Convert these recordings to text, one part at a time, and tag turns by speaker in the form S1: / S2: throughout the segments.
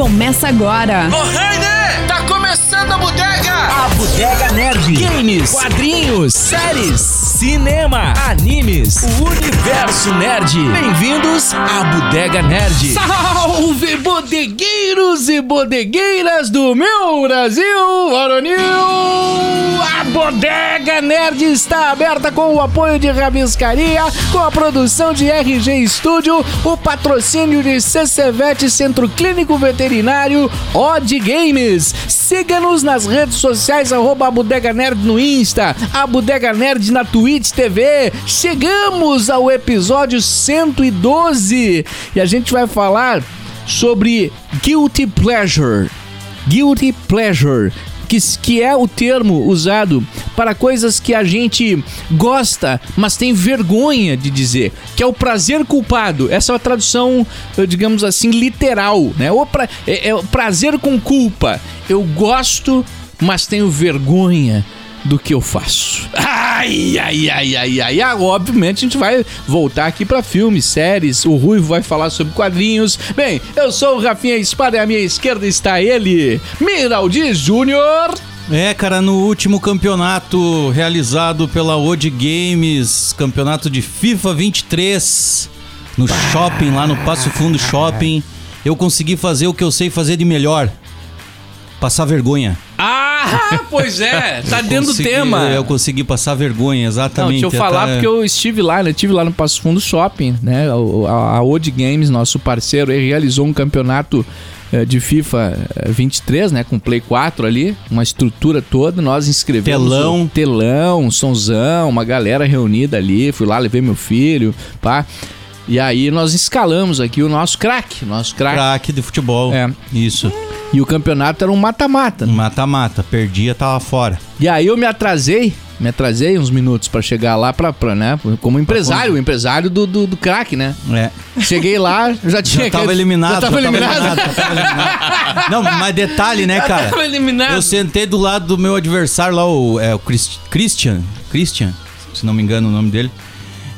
S1: começa agora.
S2: Ô, Heine! Tá começando a bodega!
S3: A Bodega Nerd. Games, quadrinhos, séries, cinema, animes, o universo nerd. Bem-vindos à Bodega Nerd.
S4: Salve bodegueiros e bodegueiras do meu Brasil varonil! A Bodega Nerd está aberta com o apoio de Rabiscaria, com a produção de RG Studio, o patrocínio de CCVET Centro Clínico Veterinário, Odd Games. Siga-nos nas redes sociais, arroba a Bodega Nerd no Insta, a Bodega Nerd na Twitch TV. Chegamos ao episódio 112 e a gente vai falar sobre Guilty Pleasure. Guilty Pleasure, que, s- que é o termo usado para coisas que a gente gosta, mas tem vergonha de dizer, que é o prazer culpado. Essa é uma tradução, eh, digamos assim, literal, né? O pra- é, é o prazer com culpa. Eu gosto, mas tenho vergonha do que eu faço. Ai, ai, ai, ai, ai. Ah, Obviamente a gente vai voltar aqui pra filmes, séries. O Ruivo vai falar sobre quadrinhos. Bem, eu sou o Rafinha Espada e à minha esquerda está ele, Miraldi Júnior.
S5: É, cara, no último campeonato realizado pela Od Games, campeonato de FIFA 23, no shopping, lá no Passo Fundo Shopping, eu consegui fazer o que eu sei fazer de melhor. Passar vergonha.
S4: Ah, pois é, tá dentro do
S5: Consegui-
S4: tema.
S5: Eu consegui passar vergonha,
S4: Não,
S5: exatamente.
S4: deixa eu falar
S5: tá-
S4: porque eu estive lá, né? Estive lá no Passo Fundo Shopping, né? O- A, a Odd Games, nosso parceiro, aí realizou um campeonato eh, de FIFA eh, 23, né? Com Play 4 ali, uma estrutura toda. Nós inscrevemos.
S5: Telão.
S4: o- Telão, um sonzão, uma galera reunida ali. Fui lá, levei meu filho, pá. E aí nós escalamos aqui o nosso craque, nosso craque.
S5: Craque de futebol.
S4: É.
S5: Isso.
S4: E o campeonato era um mata-mata, né?
S5: Mata-mata. Perdia, tava fora.
S4: E aí eu me atrasei, me atrasei uns minutos pra chegar lá pra, pra, né, como empresário, o empresário do, do, do craque, né?
S5: É.
S4: Cheguei lá, já tinha
S5: Já tava
S4: caído-
S5: eliminado.
S4: Já tava eliminado.
S5: já tava eliminado. Não, mas detalhe, né, cara?
S4: tava eliminado.
S5: Eu sentei do lado do meu adversário lá, o, é, o Chris- Christian. Christian, se não me engano o nome dele.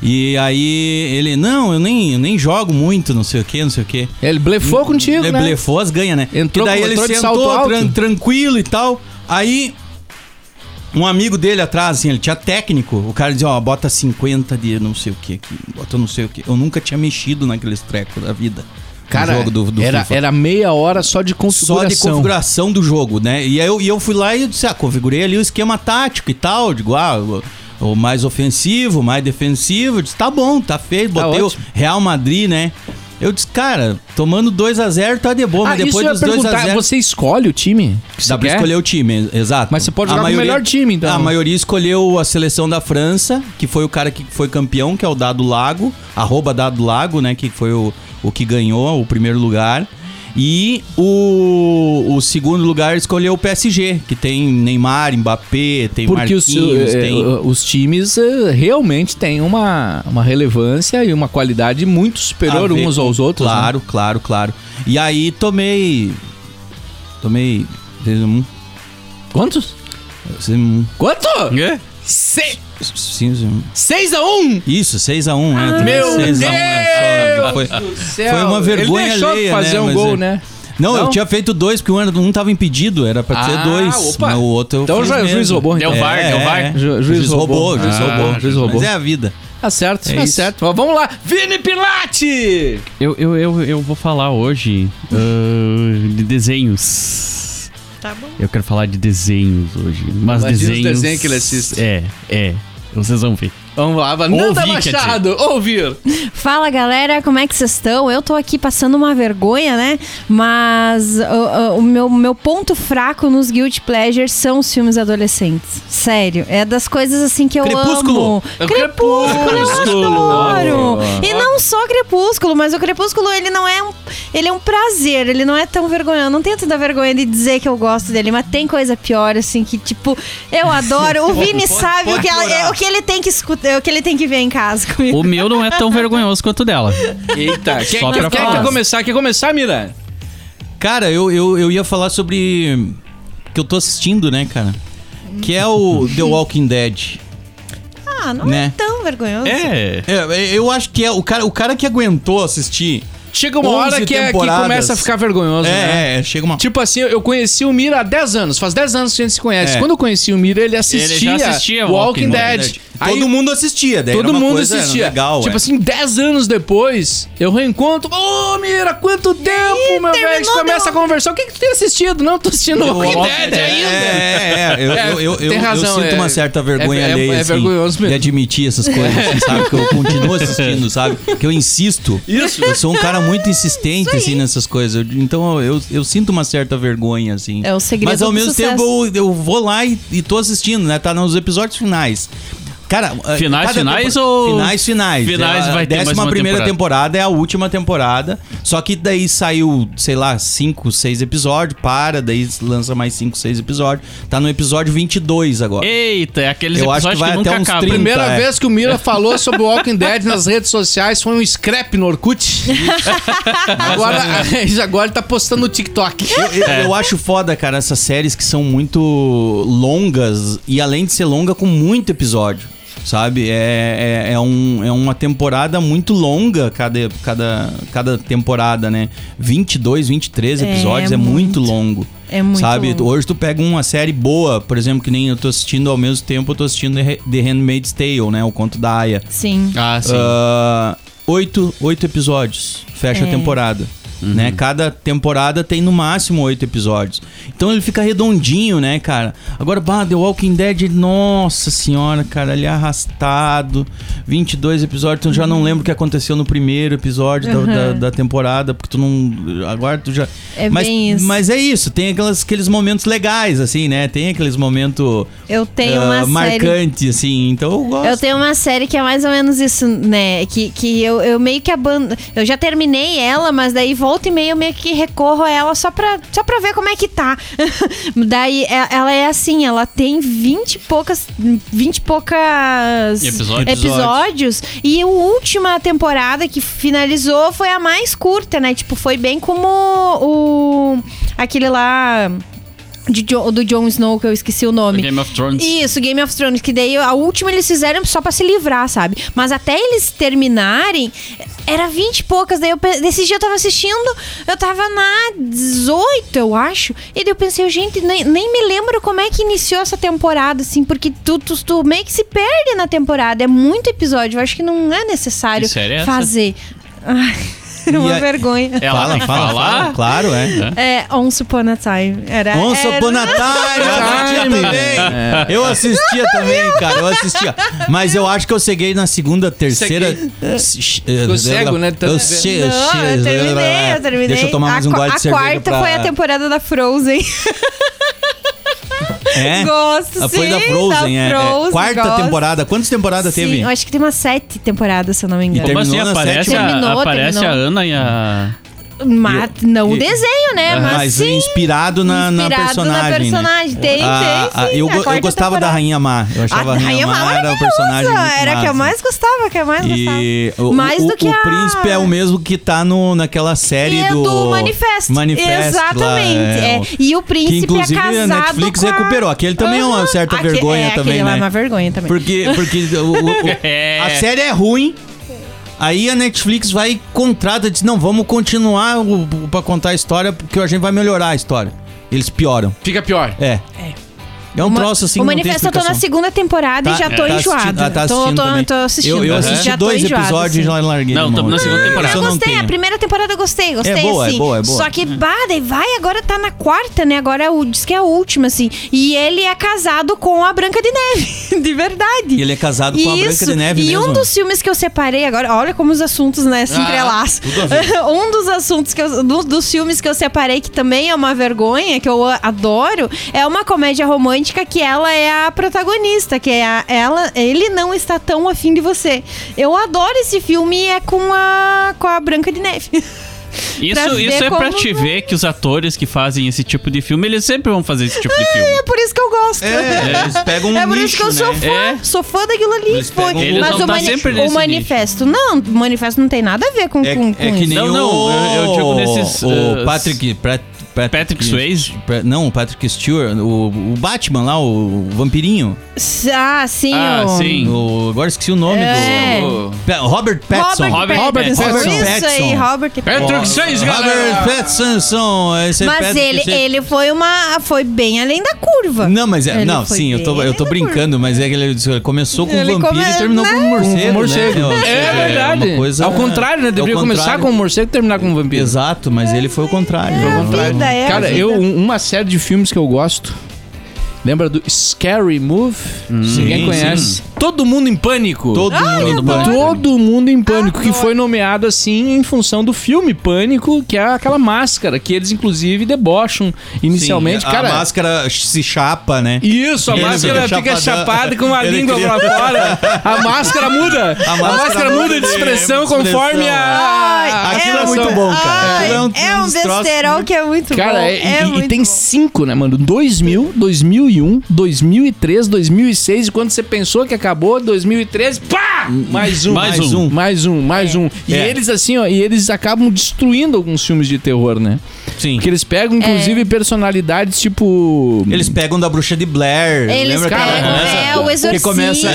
S5: E aí ele, não, eu nem, eu nem jogo muito, não sei o que, não sei o que.
S4: Ele blefou contigo,
S5: Ele
S4: né?
S5: blefou as ganha, né?
S4: Entrou
S5: e daí
S4: com-
S5: ele
S4: entrou de
S5: sentou
S4: salto alto.
S5: tran- tranquilo e tal. Aí um amigo dele atrás, assim, ele tinha técnico. O cara dizia, ó, bota 50 de não sei o que aqui, bota não sei o que. Eu nunca tinha mexido naqueles trecos da vida. no
S4: Cara, era,
S5: FIFA.
S4: era meia hora só de configuração.
S5: Só de configuração do jogo, né? E aí eu, e eu fui lá e disse, ah, configurei ali o esquema tático e tal, digo, ah, o- o mais ofensivo, o mais defensivo, eu disse, tá bom, tá feio,
S4: Tá
S5: botei
S4: ótimo.
S5: o Real Madrid, né? Eu disse, cara, tomando 2x0 tá de boa,
S4: Ah,
S5: mas
S4: isso
S5: depois
S4: eu ia
S5: dos 2x0...
S4: perguntar, você escolhe o time que
S5: Dá
S4: você
S5: pra
S4: quer?
S5: escolher o time, exato.
S4: Mas você pode jogar com o melhor time, então.
S5: A maioria escolheu a seleção da França, que foi o cara que foi campeão, que é o Dado Lago, arroba Dado Lago, né? Que foi o, o que ganhou o primeiro lugar. E o, o segundo lugar escolheu o PSG, que tem Neymar, Mbappé, tem
S4: Porque os,
S5: Marquinhos,
S4: eh,
S5: tem...
S4: os times eh, realmente têm uma, uma relevância e uma qualidade muito superior
S5: a ver
S4: uns
S5: com-
S4: aos outros. né?
S5: Claro, claro, claro. E aí tomei... Tomei... Seis a um,
S4: Quantos?
S5: seis a um,
S4: Quanto?
S2: Quê?
S4: Se...
S5: seis a um.
S4: 6 a 1
S5: Isso, 6x1, né?
S4: Ah, Meu
S5: 6 a 1, né? Só- Foi, foi uma vergonha
S4: Ele deixou
S5: alheia,
S4: de fazer
S5: né?
S4: um
S5: Mas
S4: gol,
S5: é-
S4: né?
S5: Não, eu
S4: Não?
S5: tinha feito dois, porque um, era- um tava impedido, era pra ser
S4: Ah,
S5: dois.
S4: opa.
S5: Mas o outro eu
S4: Então
S5: fiz
S4: já- o
S5: mesmo.
S4: juiz roubou, então.
S2: Deu VAR, deu VAR.
S4: Ju-
S5: Ju,
S4: juiz
S5: juiz, roubou,
S4: roubou.
S5: juiz
S4: Ah,
S5: roubou.
S4: juiz roubou.
S5: Mas é a vida.
S4: Tá certo,
S5: É
S4: tá
S5: isso.
S4: certo. Vamos lá. Vini Pilate!
S6: Eu, eu, eu, eu vou falar hoje ah, de desenhos. Tá bom. Eu quero falar de desenhos hoje. Mas
S4: Imagina os
S6: desenhos.
S4: desenhos que ele assiste.
S6: É, é. Vocês vão ver.
S4: Vamos lá, Vananda
S6: Ouvi, quer
S4: Machado, ouvir.
S7: Fala galera, como é que vocês estão? Eu tô aqui passando uma vergonha, né? Mas ó, ó, o meu, meu ponto fraco nos Guilty Pleasures são os filmes adolescentes. Sério, é das coisas assim que eu
S5: Crepúsculo.
S7: amo.
S4: É o
S7: Crepúsculo,
S4: Crepúsculo.
S7: eu adoro. E não só Crepúsculo, mas o Crepúsculo ele não é um, ele é um prazer, ele não é tão vergonhoso. Eu não tenho tanta vergonha de dizer que eu gosto dele, mas tem coisa pior assim que tipo, eu adoro. O Vini sabe o, que ela- é o que ele tem que escutar, é o que ele tem que ver em casa comigo.
S6: O meu não é tão vergonhoso quanto o dela.
S4: Eita, quem,
S6: Só
S4: quem,
S6: pra
S4: quem
S6: falar.
S4: quer começar? Quer começar, Mira?
S5: Cara, eu, eu, eu ia falar sobre. que eu tô assistindo, né, cara? Que é o The Walking Dead.
S7: Ah, não
S5: Né?
S7: é tão vergonhoso.
S6: É.
S5: É, eu acho que é o cara, o cara que aguentou assistir
S4: Chega uma hora
S5: 11
S4: que, é, que
S5: temporadas.
S4: começa a ficar vergonhoso, né?
S5: É, é, chega uma.
S4: Tipo assim, eu conheci o Mira há 10 anos. Faz 10 anos que a gente se conhece.
S5: É.
S4: Quando eu conheci o Mira, ele assistia,
S6: assistia
S4: Walking,
S6: Walking
S4: Dead. Aí
S5: todo mundo assistia, daí era
S4: todo
S5: uma
S4: mundo
S5: coisa
S4: assistia.
S5: Legal,
S4: tipo
S5: é.
S4: assim, 10 anos depois, eu reencontro. Ô, Mira, quanto tempo, meu velho? A gente
S7: terminou,
S4: começa
S7: deu-
S4: a conversar. O que, que tu tem assistido? Não, tô assistindo Walking Dead ainda.
S5: É, é, é. Eu,
S4: É,
S5: eu, eu,
S4: tem
S5: eu- eu
S4: razão,
S5: sinto
S4: é.
S5: uma certa vergonha
S4: É- é-
S5: alheia,
S4: é
S5: assim,
S4: vergonhoso mesmo.
S5: de admitir essas coisas, assim, sabe? Que eu continuo assistindo, sabe? Que eu insisto. Isso. Eu sou um cara muito insistente, assim, nessas coisas. Eu- então eu, eu, eu sinto uma certa vergonha, assim.
S7: É o segredo
S5: Mas ao
S7: do
S5: mesmo
S7: sucesso.
S5: tempo eu, eu vou lá e, e tô assistindo, né? Tá nos episódios finais. Cara, eh,
S6: Finais,
S5: cada
S6: finais
S5: tempo-
S6: ou-
S5: Finais, finais.
S6: Finais
S5: É,
S6: vai ter mais
S5: décima
S6: uma
S5: primeira temporada
S6: temporada.
S5: temporada é a última temporada. Só que daí saiu, sei lá, 5, 6 episódios, para, daí lança mais 5, 6 episódios. Tá no episódio 22 agora.
S6: Eita, é aqueles
S5: Eu acho que
S6: episódios que,
S5: vai
S6: nunca
S5: até uns
S6: acabam.
S5: 30.
S4: Primeira
S5: é.
S4: vez que o Mira falou sobre o Walking Dead nas redes sociais foi um scrap no Orkut. agora, agora ele tá postando no TikTok.
S5: Eu, eu acho foda, cara, essas séries que são muito longas e além de ser longa, com muito episódio. Sabe? É, é, é um, é uma temporada muito longa cada, cada, cada temporada, né? 22, 23
S7: É,
S5: episódios é,
S7: muito.
S5: muito, longo.
S7: É muito
S5: Sabe?
S7: longo.
S5: Hoje tu pega uma série boa, por exemplo, que nem eu tô assistindo ao mesmo tempo, eu tô assistindo The The Handmaid's Tale, né? O conto da Aya.
S7: Sim.
S6: Ah, sim.
S5: Ah, oito, oito episódios. Fecha a
S7: É.
S5: temporada.
S6: Uhum.
S5: Né? Cada temporada tem no máximo oito episódios. Então ele fica redondinho, né, cara? Agora, bah, The Walking Dead, nossa senhora, cara, ele é arrastado. 22 episódios, tu
S7: Uhum.
S5: já não lembra o que aconteceu no primeiro episódio da- da, da temporada, porque tu não. Agora tu já.
S7: É
S5: mas,
S7: bem isso.
S5: Mas é isso, tem aquelas, aqueles momentos legais, assim, né? Tem aqueles momentos
S7: Eu tenho uma
S5: ah,
S7: série.
S5: marcantes, assim. Então eu gosto.
S7: Eu tenho uma série que é mais ou menos isso, né? Que, que eu, eu meio que abandono. Eu já terminei ela, mas daí volta e meia eu meio que recorro a ela só pra, só pra ver como é que tá. daí é- ela é assim, ela tem 20 e poucas. 20 e poucas.
S6: Episódios.
S7: episódios. E a última temporada que finalizou foi a mais curta, né? Tipo, foi bem como o. aquele lá. de Jo- do Jon Snow, que eu esqueci o nome.
S6: Game of Thrones.
S7: Isso, Game of Thrones, que daí a última eles fizeram só pra se livrar, sabe? Mas até eles terminarem, era 20 e poucas. Daí eu, pe- desse dia eu tava assistindo, eu tava na 18, eu acho. E daí eu pensei, gente, nem, nem me lembro como é que iniciou essa temporada, assim, porque tu, tu, tu meio que se perde na temporada. É muito episódio, eu acho que não é necessário
S6: Que série é essa? É
S7: fazer. Ai,
S5: E
S7: uma
S5: a-
S7: vergonha.
S6: Ela tem que falar?
S5: Claro, é.
S7: É, Once Upon a Time. Era,
S5: Once
S7: era-
S5: Upon a
S4: Ah,
S5: Time, eu assistia
S4: Time.
S5: tá também.
S4: É.
S5: Eu assistia também, cara, eu assistia. Mas eu acho que eu cheguei na segunda, terceira... eh, Ficou
S4: É. cego, né? Tanto
S5: Eu
S4: ver.
S5: che-
S7: Não, eu
S5: che-
S7: terminei, eu terminei.
S5: Deixa eu tomar mais um
S7: a,
S5: gole
S7: qua-
S5: de cerveja
S7: A quarta
S5: pra-
S7: foi a temporada da Frozen.
S5: É?
S7: Gosto,
S5: Ah,
S7: sim.
S5: Foi da Frozen, é, é.
S7: Frozen,
S5: Quarta
S7: gosto.
S5: temporada. Quantas temporadas
S7: Sim,
S5: teve?
S7: eu acho que tem umas sete temporadas, se eu não me engano.
S5: E
S6: Como assim?
S5: Terminou na
S6: Aparece,
S7: sétima?
S6: a,
S7: Terminou,
S6: aparece
S7: terminou.
S6: a Ana e a...
S7: Mas não o
S5: e-
S7: desenho, né? Mas,
S5: Mas
S7: sim,
S5: Ah, inspirado na, na
S7: inspirado
S5: personagem.
S7: na
S5: né?
S7: personagem. Tem,
S5: Ah,
S7: tem,
S5: ah,
S7: sim.
S5: eu,
S7: a
S5: go- eu
S7: quarta
S5: gostava da
S7: temporada. Ah,
S5: Rainha Má. Eu achava
S7: a
S5: a Rainha Má era o personagem muito
S7: é Era a que eu
S5: massa.
S7: mais gostava, que eu mais gostava.
S5: E o,
S7: É mais
S5: o-
S7: do que
S5: o
S7: a...
S5: príncipe é o mesmo que tá no, naquela série
S7: E é
S5: do...
S7: do Manifesto.
S5: Manifesto lá,
S7: Exatamente.
S5: é,
S7: é.
S5: o-
S7: E o
S5: Que
S7: príncipe é
S5: inclusive a
S7: casado
S5: Netflix
S7: com a-
S5: recuperou. Aquele também é uma
S7: Aham.
S5: certa
S7: Aque-
S5: vergonha
S7: é,
S5: também,
S7: aquele lá
S5: né?
S7: É uma vergonha também.
S5: Porque, porque o- o- o-
S6: É.
S5: a série é ruim. Aí a Netflix vai e contrata, diz, não, vamos continuar o, o- pra contar a história, porque a gente vai melhorar a história. Eles pioram.
S4: Fica pior.
S5: É. É um
S7: Ma-
S5: troço assim
S7: O
S5: que não tem
S7: manifesto eu tô na
S5: explicação.
S7: segunda temporada
S5: Tá-
S7: e já tô
S5: é, tá assistindo-
S7: enjoada.
S5: ah, tá
S7: tô,
S5: assistindo
S7: tô,
S5: também.
S7: tô assistindo. É.
S5: Eu, eu
S7: já
S5: assisti
S7: tô
S5: dois
S7: enjoada,
S5: episódios
S7: assim.
S5: e já larguei.
S6: Não,
S5: de
S6: tamo
S5: mão.
S6: na segunda
S5: Isso
S6: temporada.
S7: Eu
S5: não
S7: gostei,
S5: tenho.
S7: a primeira temporada eu gostei, gostei
S5: boa, é
S7: assim.
S5: boa, é boa.
S7: Só que, bah, daí vai, agora tá na quarta, né? Agora é o, diz que é a última, assim. E ele é casado com a Branca de Neve, de verdade.
S5: E ele é casado com a Branca de Neve
S7: E
S5: mesmo.
S7: um dos filmes que eu separei agora, olha como os assuntos, né, se
S4: Ah,
S7: entrelaçam. um dos assuntos que eu, do- dos filmes que eu separei que também é uma vergonha, que eu a- adoro, é uma comédia romântica que ela é a protagonista, que é a, ela, ele não está tão afim de você. Eu adoro esse filme e é com a com a Branca de Neve. Pra
S6: Isso,
S7: ver
S6: isso é pra
S7: como
S6: te
S7: não-
S6: ver que os atores que fazem esse tipo de filme, eles sempre vão fazer esse tipo de filme.
S7: é por isso que eu gosto.
S5: É, eles pegam um
S7: É por isso
S5: nicho,
S7: que eu sou
S5: né?
S7: fã.
S6: É.
S7: Sou fã daquilo ali.
S5: Eles
S7: foi.
S5: pegam- um
S6: Eles
S7: Mas
S6: vão
S7: o,
S6: tá
S7: mani-
S6: sempre
S7: o
S6: nesse
S7: manifesto. Não, o manifesto não tem nada a ver com,
S5: É,
S7: com,
S5: é
S7: com
S5: que
S7: isso.
S5: nem
S6: Não,
S5: o,
S6: não, eu- eu digo nesses,
S5: o
S6: eh,
S5: Patrick, Pat-
S6: Patrick Swayze?
S5: Pa- Não, o Patrick Stewart. O, o Batman lá, o, o vampirinho.
S7: Ah, sim.
S6: Ah,
S7: o-
S6: sim.
S5: O- agora esqueci o nome
S7: É.
S5: do... Pa- Robert Pattinson.
S7: Robert,
S6: Robert
S7: Pattinson.
S6: Pattinson.
S7: Isso aí,
S5: Pattinson.
S7: Robert Pattinson.
S2: Patrick Swayze, galera.
S5: Robert Pattinson. Esse é
S7: Mas
S5: Patrick
S7: ele,
S5: Swayze.
S7: ele foi uma. Foi bem além da curva.
S5: Não, mas é,
S7: Ele
S5: não,
S7: foi
S5: sim, eu tô,
S7: bem
S5: eu tô
S7: na
S5: brincando, mas é que ele disse, começou com
S7: Ele
S5: vampiro
S7: come-
S5: e terminou com
S7: né?
S5: morcego.
S4: Com morcego.
S5: Né? Ou seja,
S2: É
S5: uma
S4: verdade.
S5: coisa-
S4: Ao contrário, né?
S5: É o
S4: Deveria começar
S5: contrário.
S4: com o morcego e terminar com o vampiro.
S5: Exato, mas ele foi o contrário.
S7: É a vida, é a
S4: Cara,
S7: vida.
S4: eu, um- uma série de filmes que eu gosto. Lembra do Scary Move? Se Ninguém
S5: Hum. Sim,
S4: conhece. Todo mundo em pânico.
S5: Todo mundo pânico.
S4: Todo mundo em pânico, que
S7: Adoro.
S4: foi nomeado assim em função do filme Pânico, que é aquela máscara que eles inclusive debocham inicialmente,
S5: Sim,
S4: cara.
S5: A máscara se chapa, né?
S4: Isso, a
S5: Ele
S4: máscara
S5: fica
S4: fica,
S5: chapadão.
S4: chapada com a
S5: Ele
S4: língua
S5: cria-
S4: pra fora. A máscara muda. A máscara, muda de expressão
S7: Ai,
S4: conforme
S7: um
S4: a. a
S5: é. Aquilo é
S4: situação.
S5: muito bom, cara.
S7: Ai,
S5: Aquilo
S7: é
S5: é
S7: um,
S5: um- um destroço
S7: besterol que é muito bom.
S4: Cara, e-
S7: é
S4: e, e
S7: muito
S4: tem
S7: bom.
S4: cinco, né, mano? 2000, 2001, 2003, 2006. E quando você pensou que acabou, 2013, pá! Mais um.
S6: Mais um.
S4: Mais um, mais um. E
S5: É.
S4: eles, assim, ó, e eles acabam destruindo alguns filmes de terror, né?
S5: Sim.
S4: Porque eles pegam, inclusive, personalidades tipo.
S5: Eles pegam da bruxa de Blair.
S7: Eles
S5: lembra que ela
S7: pegam,
S5: começa-
S7: é, o
S5: que
S7: exorcista.
S5: começa-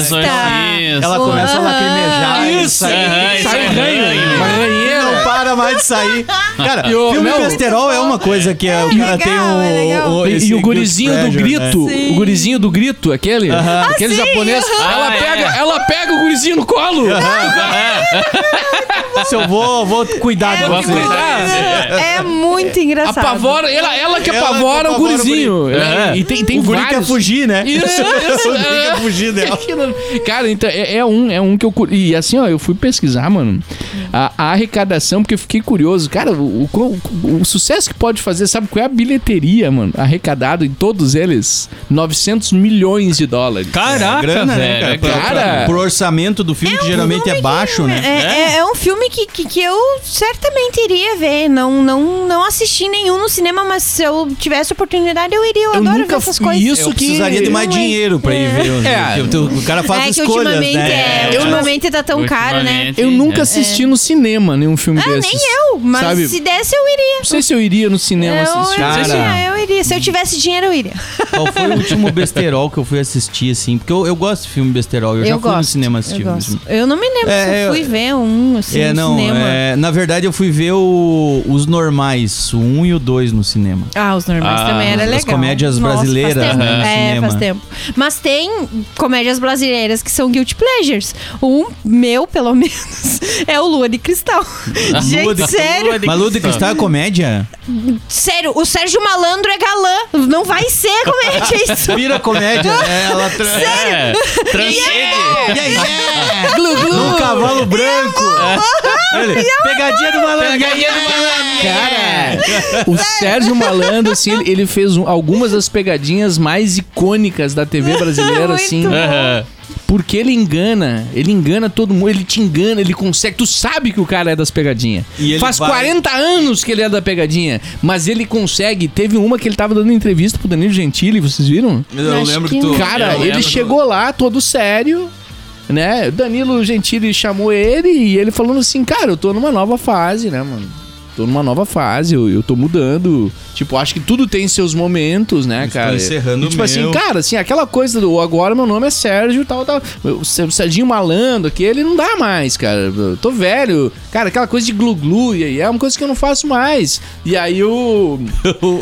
S5: Ela
S7: Aham.
S5: começa a lacrimejar. e
S4: Ah, Isso,
S5: sai-
S6: aham,
S5: e
S6: Ah, isso
S5: sai
S6: é
S5: ranho.
S6: ranho.
S5: Mas ranheiro Não para mais de sair. Cara,
S4: E o-
S5: filme
S4: meu-
S5: besterol é uma coisa que é, o cara
S7: legal,
S5: tem
S7: é legal.
S5: o... o-
S4: E,
S5: esse
S4: e o gurizinho
S5: guilty
S4: do
S5: pleasure, né?
S4: grito,
S7: Sim.
S4: o gurizinho do grito, aquele, aquele japonês, ela,
S6: Ah, é.
S4: pega, ela pega o gurizinho no colo.
S5: Se eu vou, eu vou cuidar
S7: É
S5: de
S7: muito,
S5: você.
S7: é muito engraçado.
S4: Apavora, ela, ela que
S5: Ela que
S4: apavora o
S5: apavora o
S4: gurizinho.
S5: guri.
S4: É, E tem, tem
S5: o guri quer
S4: vários.
S5: fugir, né?
S4: Isso, isso.
S5: o guri
S4: é.
S5: quer fugir dela.
S4: Aquilo- Cara, então é, é um, é um que eu. cur- E assim, ó, eu fui pesquisar, mano, a, a arrecadação, porque eu fiquei curioso. Cara, o, o, o- o sucesso que pode fazer, sabe qual é a bilheteria, mano? Arrecadado em todos eles? 900 milhões de dólares.
S5: É
S6: Caraca, velho.
S5: né, Pra- pra-
S4: Cara.
S5: Pro orçamento do filme, que geralmente é baixo, né?
S7: É, é- é um filme que, que, que eu certamente iria ver. Não, não, não assisti nenhum no cinema, mas se eu tivesse oportunidade, eu iria. Eu,
S4: Eu
S7: adoro
S4: nunca
S7: ver essas
S4: fui-
S7: coisas.
S4: isso
S5: Eu
S4: que-
S5: precisaria de mais
S7: Não é.
S5: dinheiro pra ir ver. os-
S4: É.
S5: que o- O cara faz
S7: é que
S5: escolhas,
S7: ultimamente,
S5: né?
S7: é,
S5: É,
S7: ultimamente tá tão caro, né?
S6: Ultimamente,
S4: Eu nunca
S6: é.
S4: assisti no cinema nenhum filme
S7: Ah,
S4: desses.
S7: nem eu, É, mas
S4: Sabe?
S7: se desse, eu iria.
S4: Não sei se eu iria no cinema
S7: eu, eu,
S4: assistir.
S5: Cara.
S7: iria, eu iria. Se eu tivesse dinheiro, eu iria.
S5: Qual foi o último besterol que eu fui assistir, assim? Porque eu, eu gosto de filme besterol. Eu, já
S7: eu
S5: fui
S7: gosto.
S5: no cinema assistir.
S7: eu,
S5: filme.
S7: gosto. eu não me lembro
S5: É,
S7: se eu,
S5: é,
S7: fui ver um assim, no
S5: É, não.
S7: cinema.
S5: é, na verdade, eu fui ver o- os normais, o 1 e o 2 no cinema.
S7: Ah, os normais
S6: Ah,
S7: também era
S5: as
S7: legal.
S5: comédias brasileiras,
S7: faz tempo.
S5: né, no
S7: É,
S5: cinema.
S7: faz tempo. Mas tem comédias brasileiras que são guilty pleasures. Um meu, pelo menos, é o Lua de Cristal. Gente,
S5: Lua de-
S7: sério,
S5: Mas Lua de Cristal é comédia?
S7: sério, o Sérgio Malandro é galã. Não vai ser comédia isso.
S5: Vira comédia. é, ela tra...
S6: É, transcende.
S5: E aí, é? Num cavalo branco. É. Ele, pegadinha do malandro. Pegadinha do malandro.
S4: Cara, o Sérgio Malandro, assim, ele, ele fez um- algumas das pegadinhas mais icônicas da TV brasileira,
S7: Muito
S4: assim.
S7: bom.
S6: Aham.
S4: Porque ele engana, ele engana todo mundo, ele te engana, ele consegue. Tu sabe que o cara é das pegadinhas.
S5: E ele
S4: Faz
S5: vai-
S4: 40 anos que ele é da pegadinha, mas ele consegue. Teve uma que ele tava dando entrevista pro Danilo Gentili, vocês viram?
S5: Eu
S7: Acho
S5: lembro
S7: que um.
S5: que tu...
S4: Cara,
S6: Eu
S4: ele
S6: lembro.
S4: chegou lá todo sério, né? Danilo Gentili chamou ele e ele falando assim, cara, eu tô numa nova fase, né, mano? Tô numa nova fase, eu, eu tô mudando. Tipo, acho que tudo tem seus momentos, né,
S5: Estou
S4: cara?
S5: encerrando
S4: e, tipo
S5: o
S4: assim,
S5: meu.
S4: cara, assim, aquela coisa do agora meu nome é Sérgio tal, tal. O Ser- Serginho Malandro aqui, ele não dá mais, cara. Eu tô velho. Cara, aquela coisa de glu-glu, e aí é uma coisa que eu não faço mais. E aí o.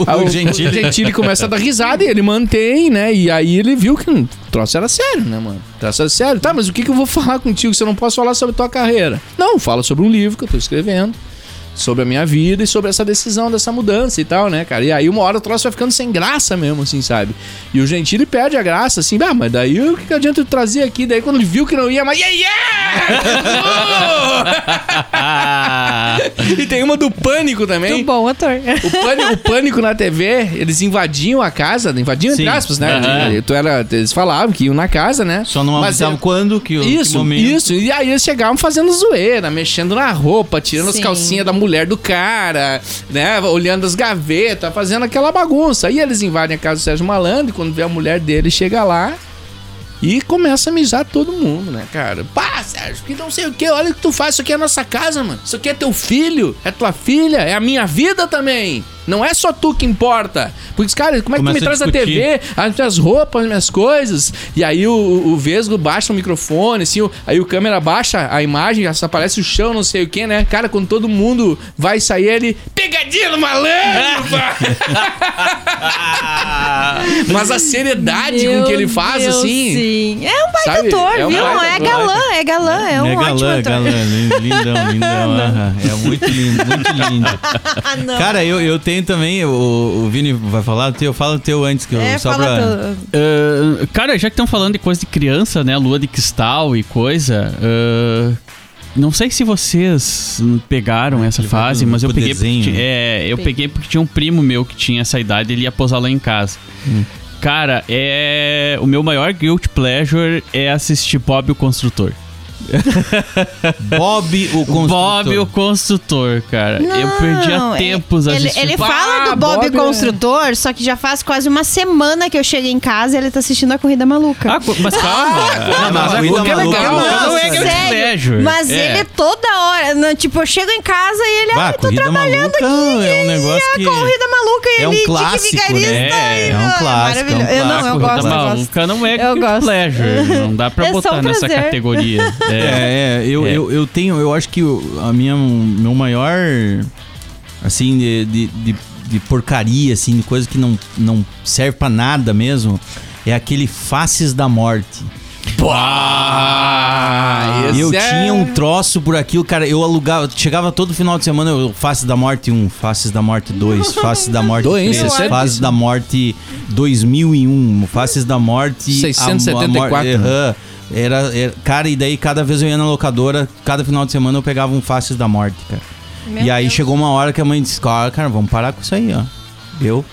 S4: Ah,
S5: o Gentili.
S4: Gentili começa a dar risada e ele mantém, né? E aí ele viu que o troço era sério, né, mano? O troço era sério. Tá, mas o que, que eu vou falar contigo se eu não posso falar sobre tua carreira? Não, fala sobre um livro que eu tô escrevendo. Sobre a minha vida e sobre essa decisão dessa mudança e tal, né, cara? E aí uma hora o troço vai ficando sem graça mesmo, assim, sabe? E o Gentili perde a graça, assim, ah, mas daí o que, que adianta eu trazer aqui? Daí quando ele viu que não ia mais, yeah,
S6: Ah,
S4: yeah! e tem uma do pânico também.
S7: Muito bom, ator.
S4: O pânico, o pânico na TV, eles invadiam a casa, invadiam entre
S5: Sim.
S4: aspas, né?
S6: Aham.
S4: E Tu era, eles falavam que iam na casa, né?
S5: Só não
S4: Mas
S5: avisava
S4: é-
S5: quando, que, o- que
S4: Isso,
S5: momento.
S4: isso. E aí eles chegavam fazendo zoeira, mexendo na roupa, tirando as
S7: Sim.
S4: calcinhas da mulher do cara, né? Olhando as gavetas, fazendo aquela bagunça. Aí eles invadem a casa do Sérgio Malandro e quando vê a mulher dele, chega lá. E E começa a mijar todo mundo, né, cara? Pá, Sérgio, que não sei o que, olha o que tu faz, isso aqui é a nossa casa, mano. Isso aqui é teu filho, é tua filha, é a minha vida também. Não é só tu que importa. Porque, cara, como é que tu
S5: Começa
S4: me
S5: a
S4: traz a
S5: discutir.
S4: TV, as minhas roupas, as minhas coisas? E aí o, o Vesgo baixa o microfone, assim, o- aí o câmera baixa a imagem, já só aparece o chão, não sei o que, né? Cara, quando todo mundo vai sair, ele. Pegadinha do malandro! pá!" Mas a seriedade com que ele faz,
S7: Meu Deus,
S4: assim.
S7: Sim. É um baita
S4: Sabe?
S7: ator,
S4: É um
S7: viu?
S4: baita
S7: é
S4: ator.
S7: galã, é galã, é, um
S5: é
S7: ótimo
S5: galã,
S7: ator.
S5: galã, lin- lindão, lindão. aham. É muito lindo, muito lindo.
S7: Ah, não.
S5: Cara, eu, eu tenho também, o, o Vini vai falar do teu, fala o teu antes que eu
S7: é,
S5: só
S7: fala
S5: pra...
S7: tudo.
S6: Ah, cara, já que estão falando de coisa de criança, né? Lua de cristal e coisa. ah, não sei se vocês hum, pegaram essa
S5: Ele vai
S6: fase,
S5: pro-
S6: mas eu
S5: pro
S6: peguei. porque
S5: desenho,
S6: ti-
S5: né?
S6: é, eu peguei porque tinha um primo meu que tinha essa idade ele ia posar lá em casa. Cara, é. O meu maior guilt pleasure é assistir Bob o Construtor.
S5: Bob o construtor.
S6: Bob o Construtor, cara. eu
S7: Não,
S6: perdia
S7: é-
S6: tempos
S7: Ele,
S6: assistindo.
S7: ele
S4: Bah,
S7: fala do Bob,
S4: Bob é-
S7: Construtor, só que já faz quase uma semana que eu cheguei em casa e ele tá assistindo a Corrida Maluca.
S6: Ah, co- mas calma.
S5: Ah, mas a
S4: Bob
S5: corrida
S4: é
S7: né?
S5: maluca
S4: legal.
S5: é
S6: não é
S7: Nossa,
S6: guilty
S7: sério.
S6: pleasure.
S7: Mas
S6: É.
S7: ele toda hora. não, tipo, eu chego em casa e ele.
S5: Bah,
S7: Ah, eu tô
S5: corrida
S7: trabalhando
S5: maluca
S7: aqui.
S5: é um
S7: e
S5: negócio
S7: a
S5: que-
S7: Corrida maluca e
S5: é um
S7: ele.
S5: clássico, né?
S7: vigarista,
S5: É,
S7: e-
S5: é um
S7: ah,
S5: clássico,
S7: maravilhoso.
S5: é um
S7: eu não, eu
S5: clássico,
S7: gosto, eu
S5: Corrida
S7: gosto.
S6: maluca não é
S7: Eu
S6: guilty
S7: gosto.
S6: pleasure. Não dá pra
S7: É só
S6: botar
S7: um
S6: nessa
S7: prazer.
S6: categoria. É.
S5: É, é, eu,
S6: É.
S5: Eu, eu tenho, eu acho que o- a minha, meu maior, assim, de, de, de- de porcaria, assim, de coisa que não, não serve pra nada mesmo, é aquele Faces da Morte.
S4: Pá, esse
S5: eu
S4: é-
S5: tinha um troço por aquilo, cara, eu alugava, chegava todo final de semana, eu, Faces da Morte 1, Faces da Morte 2, Faces da Morte
S4: Doença,
S5: 3,
S4: sério
S5: Faces
S4: isso? é
S5: da Morte 2001, Faces da Morte... a- a
S4: 674,
S5: mor-
S4: né?
S5: Aham. Era, era- cara, e daí cada vez eu ia na locadora, cada final de semana eu pegava um Faces da Morte, cara.
S7: Meu
S5: e aí
S7: Deus.
S5: chegou uma hora que a mãe disse, cara, cara, vamos parar com isso aí, ó. Deu.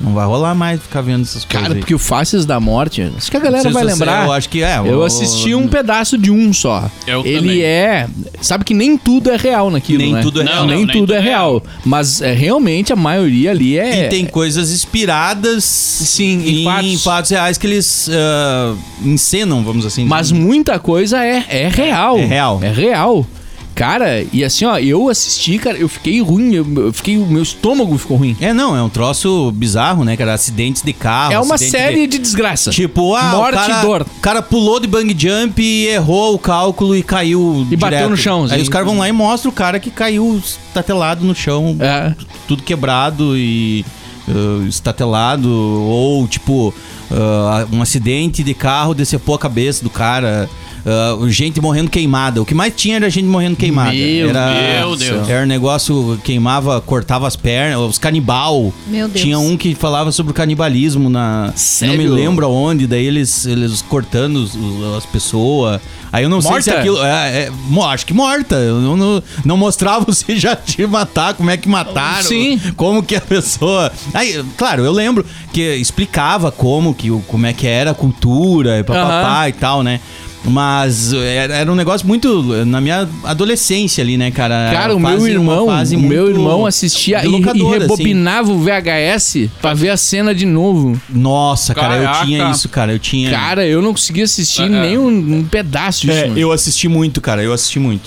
S5: Não vai rolar mais ficar vendo essas coisas
S4: Cara,
S5: aí.
S4: porque o Faces da Morte, acho que a galera
S5: Não sei
S4: vai
S5: se você-
S4: lembrar.
S5: Eu acho que é.
S4: Eu
S5: o-
S4: assisti um pedaço de um só.
S6: Eu
S4: Ele
S6: também.
S4: é. Sabe que nem tudo é real naquilo,
S5: Nem
S4: né?
S5: tudo é
S6: Não, real. não,
S4: Nem
S6: nem
S4: tudo é
S6: tudo é
S4: real. Mas é, realmente a maioria ali é.
S5: E tem coisas inspiradas Sim,
S4: em
S5: em
S4: fatos.
S5: fatos, reais que eles ah, encenam, vamos assim
S4: Mas
S5: dizer.
S4: muita coisa é, é real.
S5: É real.
S4: É real. Cara, e assim, ó, eu assisti, cara, eu fiquei ruim, eu, eu fiquei, o meu estômago ficou ruim.
S5: É, não, é um troço bizarro, né, cara? Acidentes de carro.
S4: é uma
S5: acidente
S4: série
S5: de-
S4: de, desgraça.
S5: Tipo, ah,
S4: Morte
S5: o cara,
S4: e dor.
S5: o cara pulou de bang jump e errou o cálculo e caiu
S4: E bateu no chão,
S5: Aí
S4: sim.
S5: os caras vão lá e mostram o cara que caiu estatelado no chão,
S4: É.
S5: tudo quebrado e ah, estatelado. Ou, tipo, ah, um acidente de carro decepou a cabeça do cara. Ah, gente morrendo queimada. O que mais tinha era gente morrendo queimada.
S4: Meu
S5: era,
S6: Deus do céu.
S5: Era um negócio queimava, cortava as pernas. Os canibal.
S7: Meu Deus.
S5: Tinha um que falava sobre o canibalismo na...
S4: Sério?
S5: Não me lembro aonde, daí eles, eles cortando os- os- as pessoas. Aí eu não sei se
S4: Morta?
S5: aquilo. É, é, mo- acho que morta. Eu não, não, não mostrava se já te matar, como é que mataram.
S4: Sim.
S5: Como que a pessoa. Aí, claro, eu lembro que explicava como, que, o- como é que era a cultura, e papapá e tal, né? Mas era, era um negócio muito. Na minha adolescência ali, né, cara?
S4: Cara,
S5: Era
S4: o
S5: uma
S4: meu
S5: fase- uma
S4: irmão,
S5: fase
S4: o meu
S5: muito
S4: irmão assistia
S5: de
S4: e, e
S5: locadora, assim.
S4: rebobinava o VHS pra ver a cena de novo.
S5: Nossa, cara,
S6: Caraca.
S5: eu tinha isso, cara. Eu tinha.
S4: Cara, eu não conseguia assistir
S6: É.
S4: nem um, um pedaço disso.
S5: É,
S4: mano.
S5: eu assisti muito, cara. Eu assisti muito.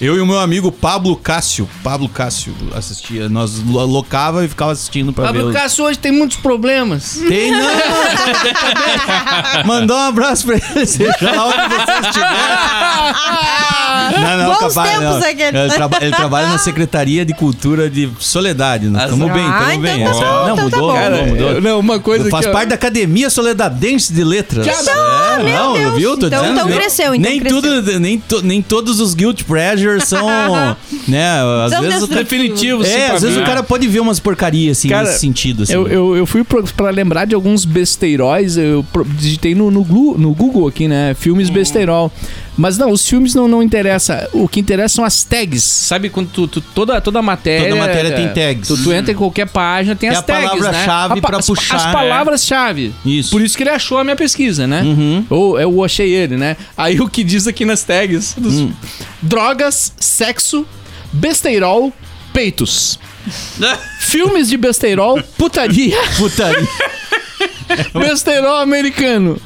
S5: Eu e o meu amigo Pablo Cássio. Pablo Cássio assistia. Nós lo- locava e ficava assistindo pra ver.
S4: Pablo
S5: os-
S4: Cássio hoje tem muitos problemas.
S5: Tem, não, não. Mandar um abraço pra ele, seja lá onde você estiver. Não, não,
S7: Bons
S5: capaz,
S7: tempos,
S5: não.
S7: aquele.
S5: Ele, traba- ele trabalha na Secretaria de Cultura de Soledade. Nós estamos bem,
S7: Ah,
S5: estamos
S7: então
S5: bem.
S7: tá
S5: Essa-
S7: bom,
S5: não,
S7: então tá
S5: mudou,
S7: bom. é
S5: mudou, mudou.
S4: eu- não, uma coisa
S5: Faz
S4: que eu-
S5: parte da Academia Soledadense de Letras.
S4: Que
S7: Então
S5: é,
S7: Ah, meu
S5: não,
S7: Deus.
S5: viu? Tô
S7: Então-
S5: dizendo,
S7: então
S5: nem-
S7: cresceu, então
S5: nem
S7: cresceu.
S5: Tudo, nem, to- nem todos os guilt pleasures são, né, às
S7: São
S5: vezes...
S7: destrutivos. tipo, né?
S4: Definitivo, sim,
S5: É,
S4: pra
S5: às vezes
S4: mim.
S5: o cara pode ver umas porcarias, assim,
S4: Cara,
S5: nesse sentido, assim.
S4: Eu, eu, eu fui pro- pra lembrar de alguns besteiróis, eu pro- digitei no, no, Glu- no Google aqui, né? Filmes besteirol. Mas não, os filmes não, não interessa. O que interessa são as tags. Sabe quando tu, tu- toda, toda matéria.
S5: Toda matéria tem tags.
S4: é, Tu, tu entra em qualquer página, tem
S5: É
S4: as
S5: a
S4: tags.
S5: palavra-chave
S4: né? A pa-
S5: pra
S4: as-
S5: puxar,
S4: As
S5: né?
S4: palavras-chave.
S5: Isso.
S4: Por isso que ele achou a minha pesquisa, né?
S5: Uhum.
S4: Ou eu achei ele, né? Aí o que diz aqui nas tags: dos-
S5: Hum.
S4: drogas, sexo, besteirol, peitos. Filmes de besteirol, putaria.
S5: Putaria.
S4: Besteirol americano.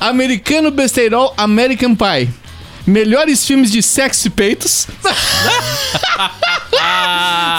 S4: Americano Besteirol American Pie. Melhores filmes de sexo e peitos.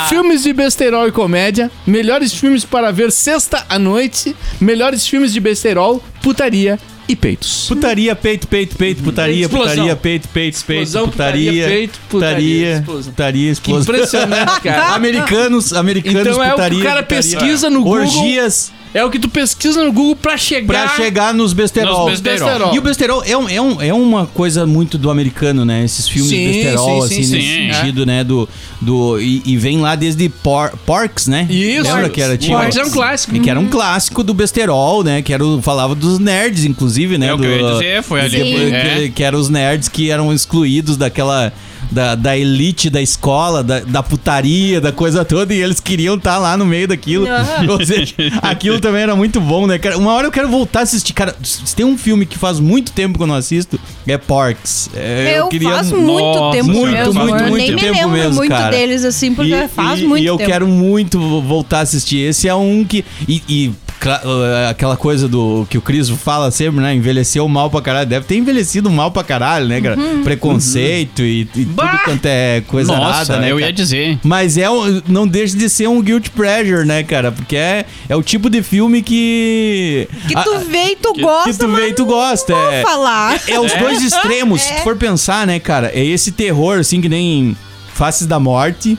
S4: filmes de besteirol e comédia. Melhores filmes para ver sexta à noite. Melhores filmes de besteirol, putaria e peitos.
S5: Putaria, peito, peito, peito, putaria,
S4: Explosão.
S5: putaria, peito, peito, peito,
S4: Explosão,
S5: putaria,
S4: putaria, peito, putaria, explosão.
S5: putaria,
S4: Que
S5: explosão.
S4: impressionante, cara.
S5: Americanos, americanos,
S4: Então é o que o
S5: putaria,
S4: cara
S5: putaria.
S4: pesquisa no Google.
S5: Orgias
S4: É o que tu pesquisa no Google pra chegar.
S5: pra chegar nos besterol.
S6: Nos besterol.
S5: E o besterol é, um- é, um- é uma coisa muito do americano, né? Esses filmes
S4: Sim,
S5: de besterol,
S4: sim, sim,
S5: assim,
S4: sim,
S5: nesse
S6: sim.
S5: sentido, né? Do, do, e, e vem lá desde por, Porks, né?
S4: Isso.
S5: Lembra que era, tinha,
S4: Porks é um clássico.
S5: E que era um clássico do besterol, né? Que era, o- falava dos nerds, inclusive, né?
S6: É o que eu ia
S5: Do-
S6: dizer, foi ali.
S7: Sim.
S6: É.
S5: que, que eram os nerds que eram excluídos daquela. Da, da elite da escola, da, da putaria, da coisa toda, e eles queriam estar lá no meio daquilo. Ou seja, aquilo também era muito bom, né? Cara, uma hora eu quero voltar a assistir. Cara, se tem um filme que faz muito tempo que eu não assisto, é Porks. É,
S7: eu faço muito
S6: Nossa,
S7: tempo
S5: muito,
S7: mesmo.
S5: muito,
S7: eu nem
S5: muito
S7: me
S5: tempo
S7: lembro
S5: mesmo,
S7: muito
S5: cara.
S7: deles, assim, porque faz
S5: e,
S7: muito
S5: e eu
S7: tempo.
S5: quero muito vo- voltar a assistir. Esse é um que. E, e, cla- uh, aquela coisa do que o Cris fala sempre, né? Envelheceu mal pra caralho. Deve ter envelhecido mal pra caralho, né, cara?
S7: Uhum.
S5: Preconceito e, e tudo quanto é coisa
S6: Nossa,
S5: nada, né?
S6: eu ia
S5: cara?
S6: dizer.
S5: Mas é um, não deixa de ser um guilt pleasure, né, cara? Porque é, é o tipo de filme que.
S7: Que
S5: a-
S7: tu vê e tu gosta,
S5: Ah, que tu vê e tu gosta,
S7: mas não
S5: é.
S7: vou falar.
S5: é os dois extremos,
S7: É.
S5: se tu for pensar, né, cara? É esse terror, assim, que nem Faces da Morte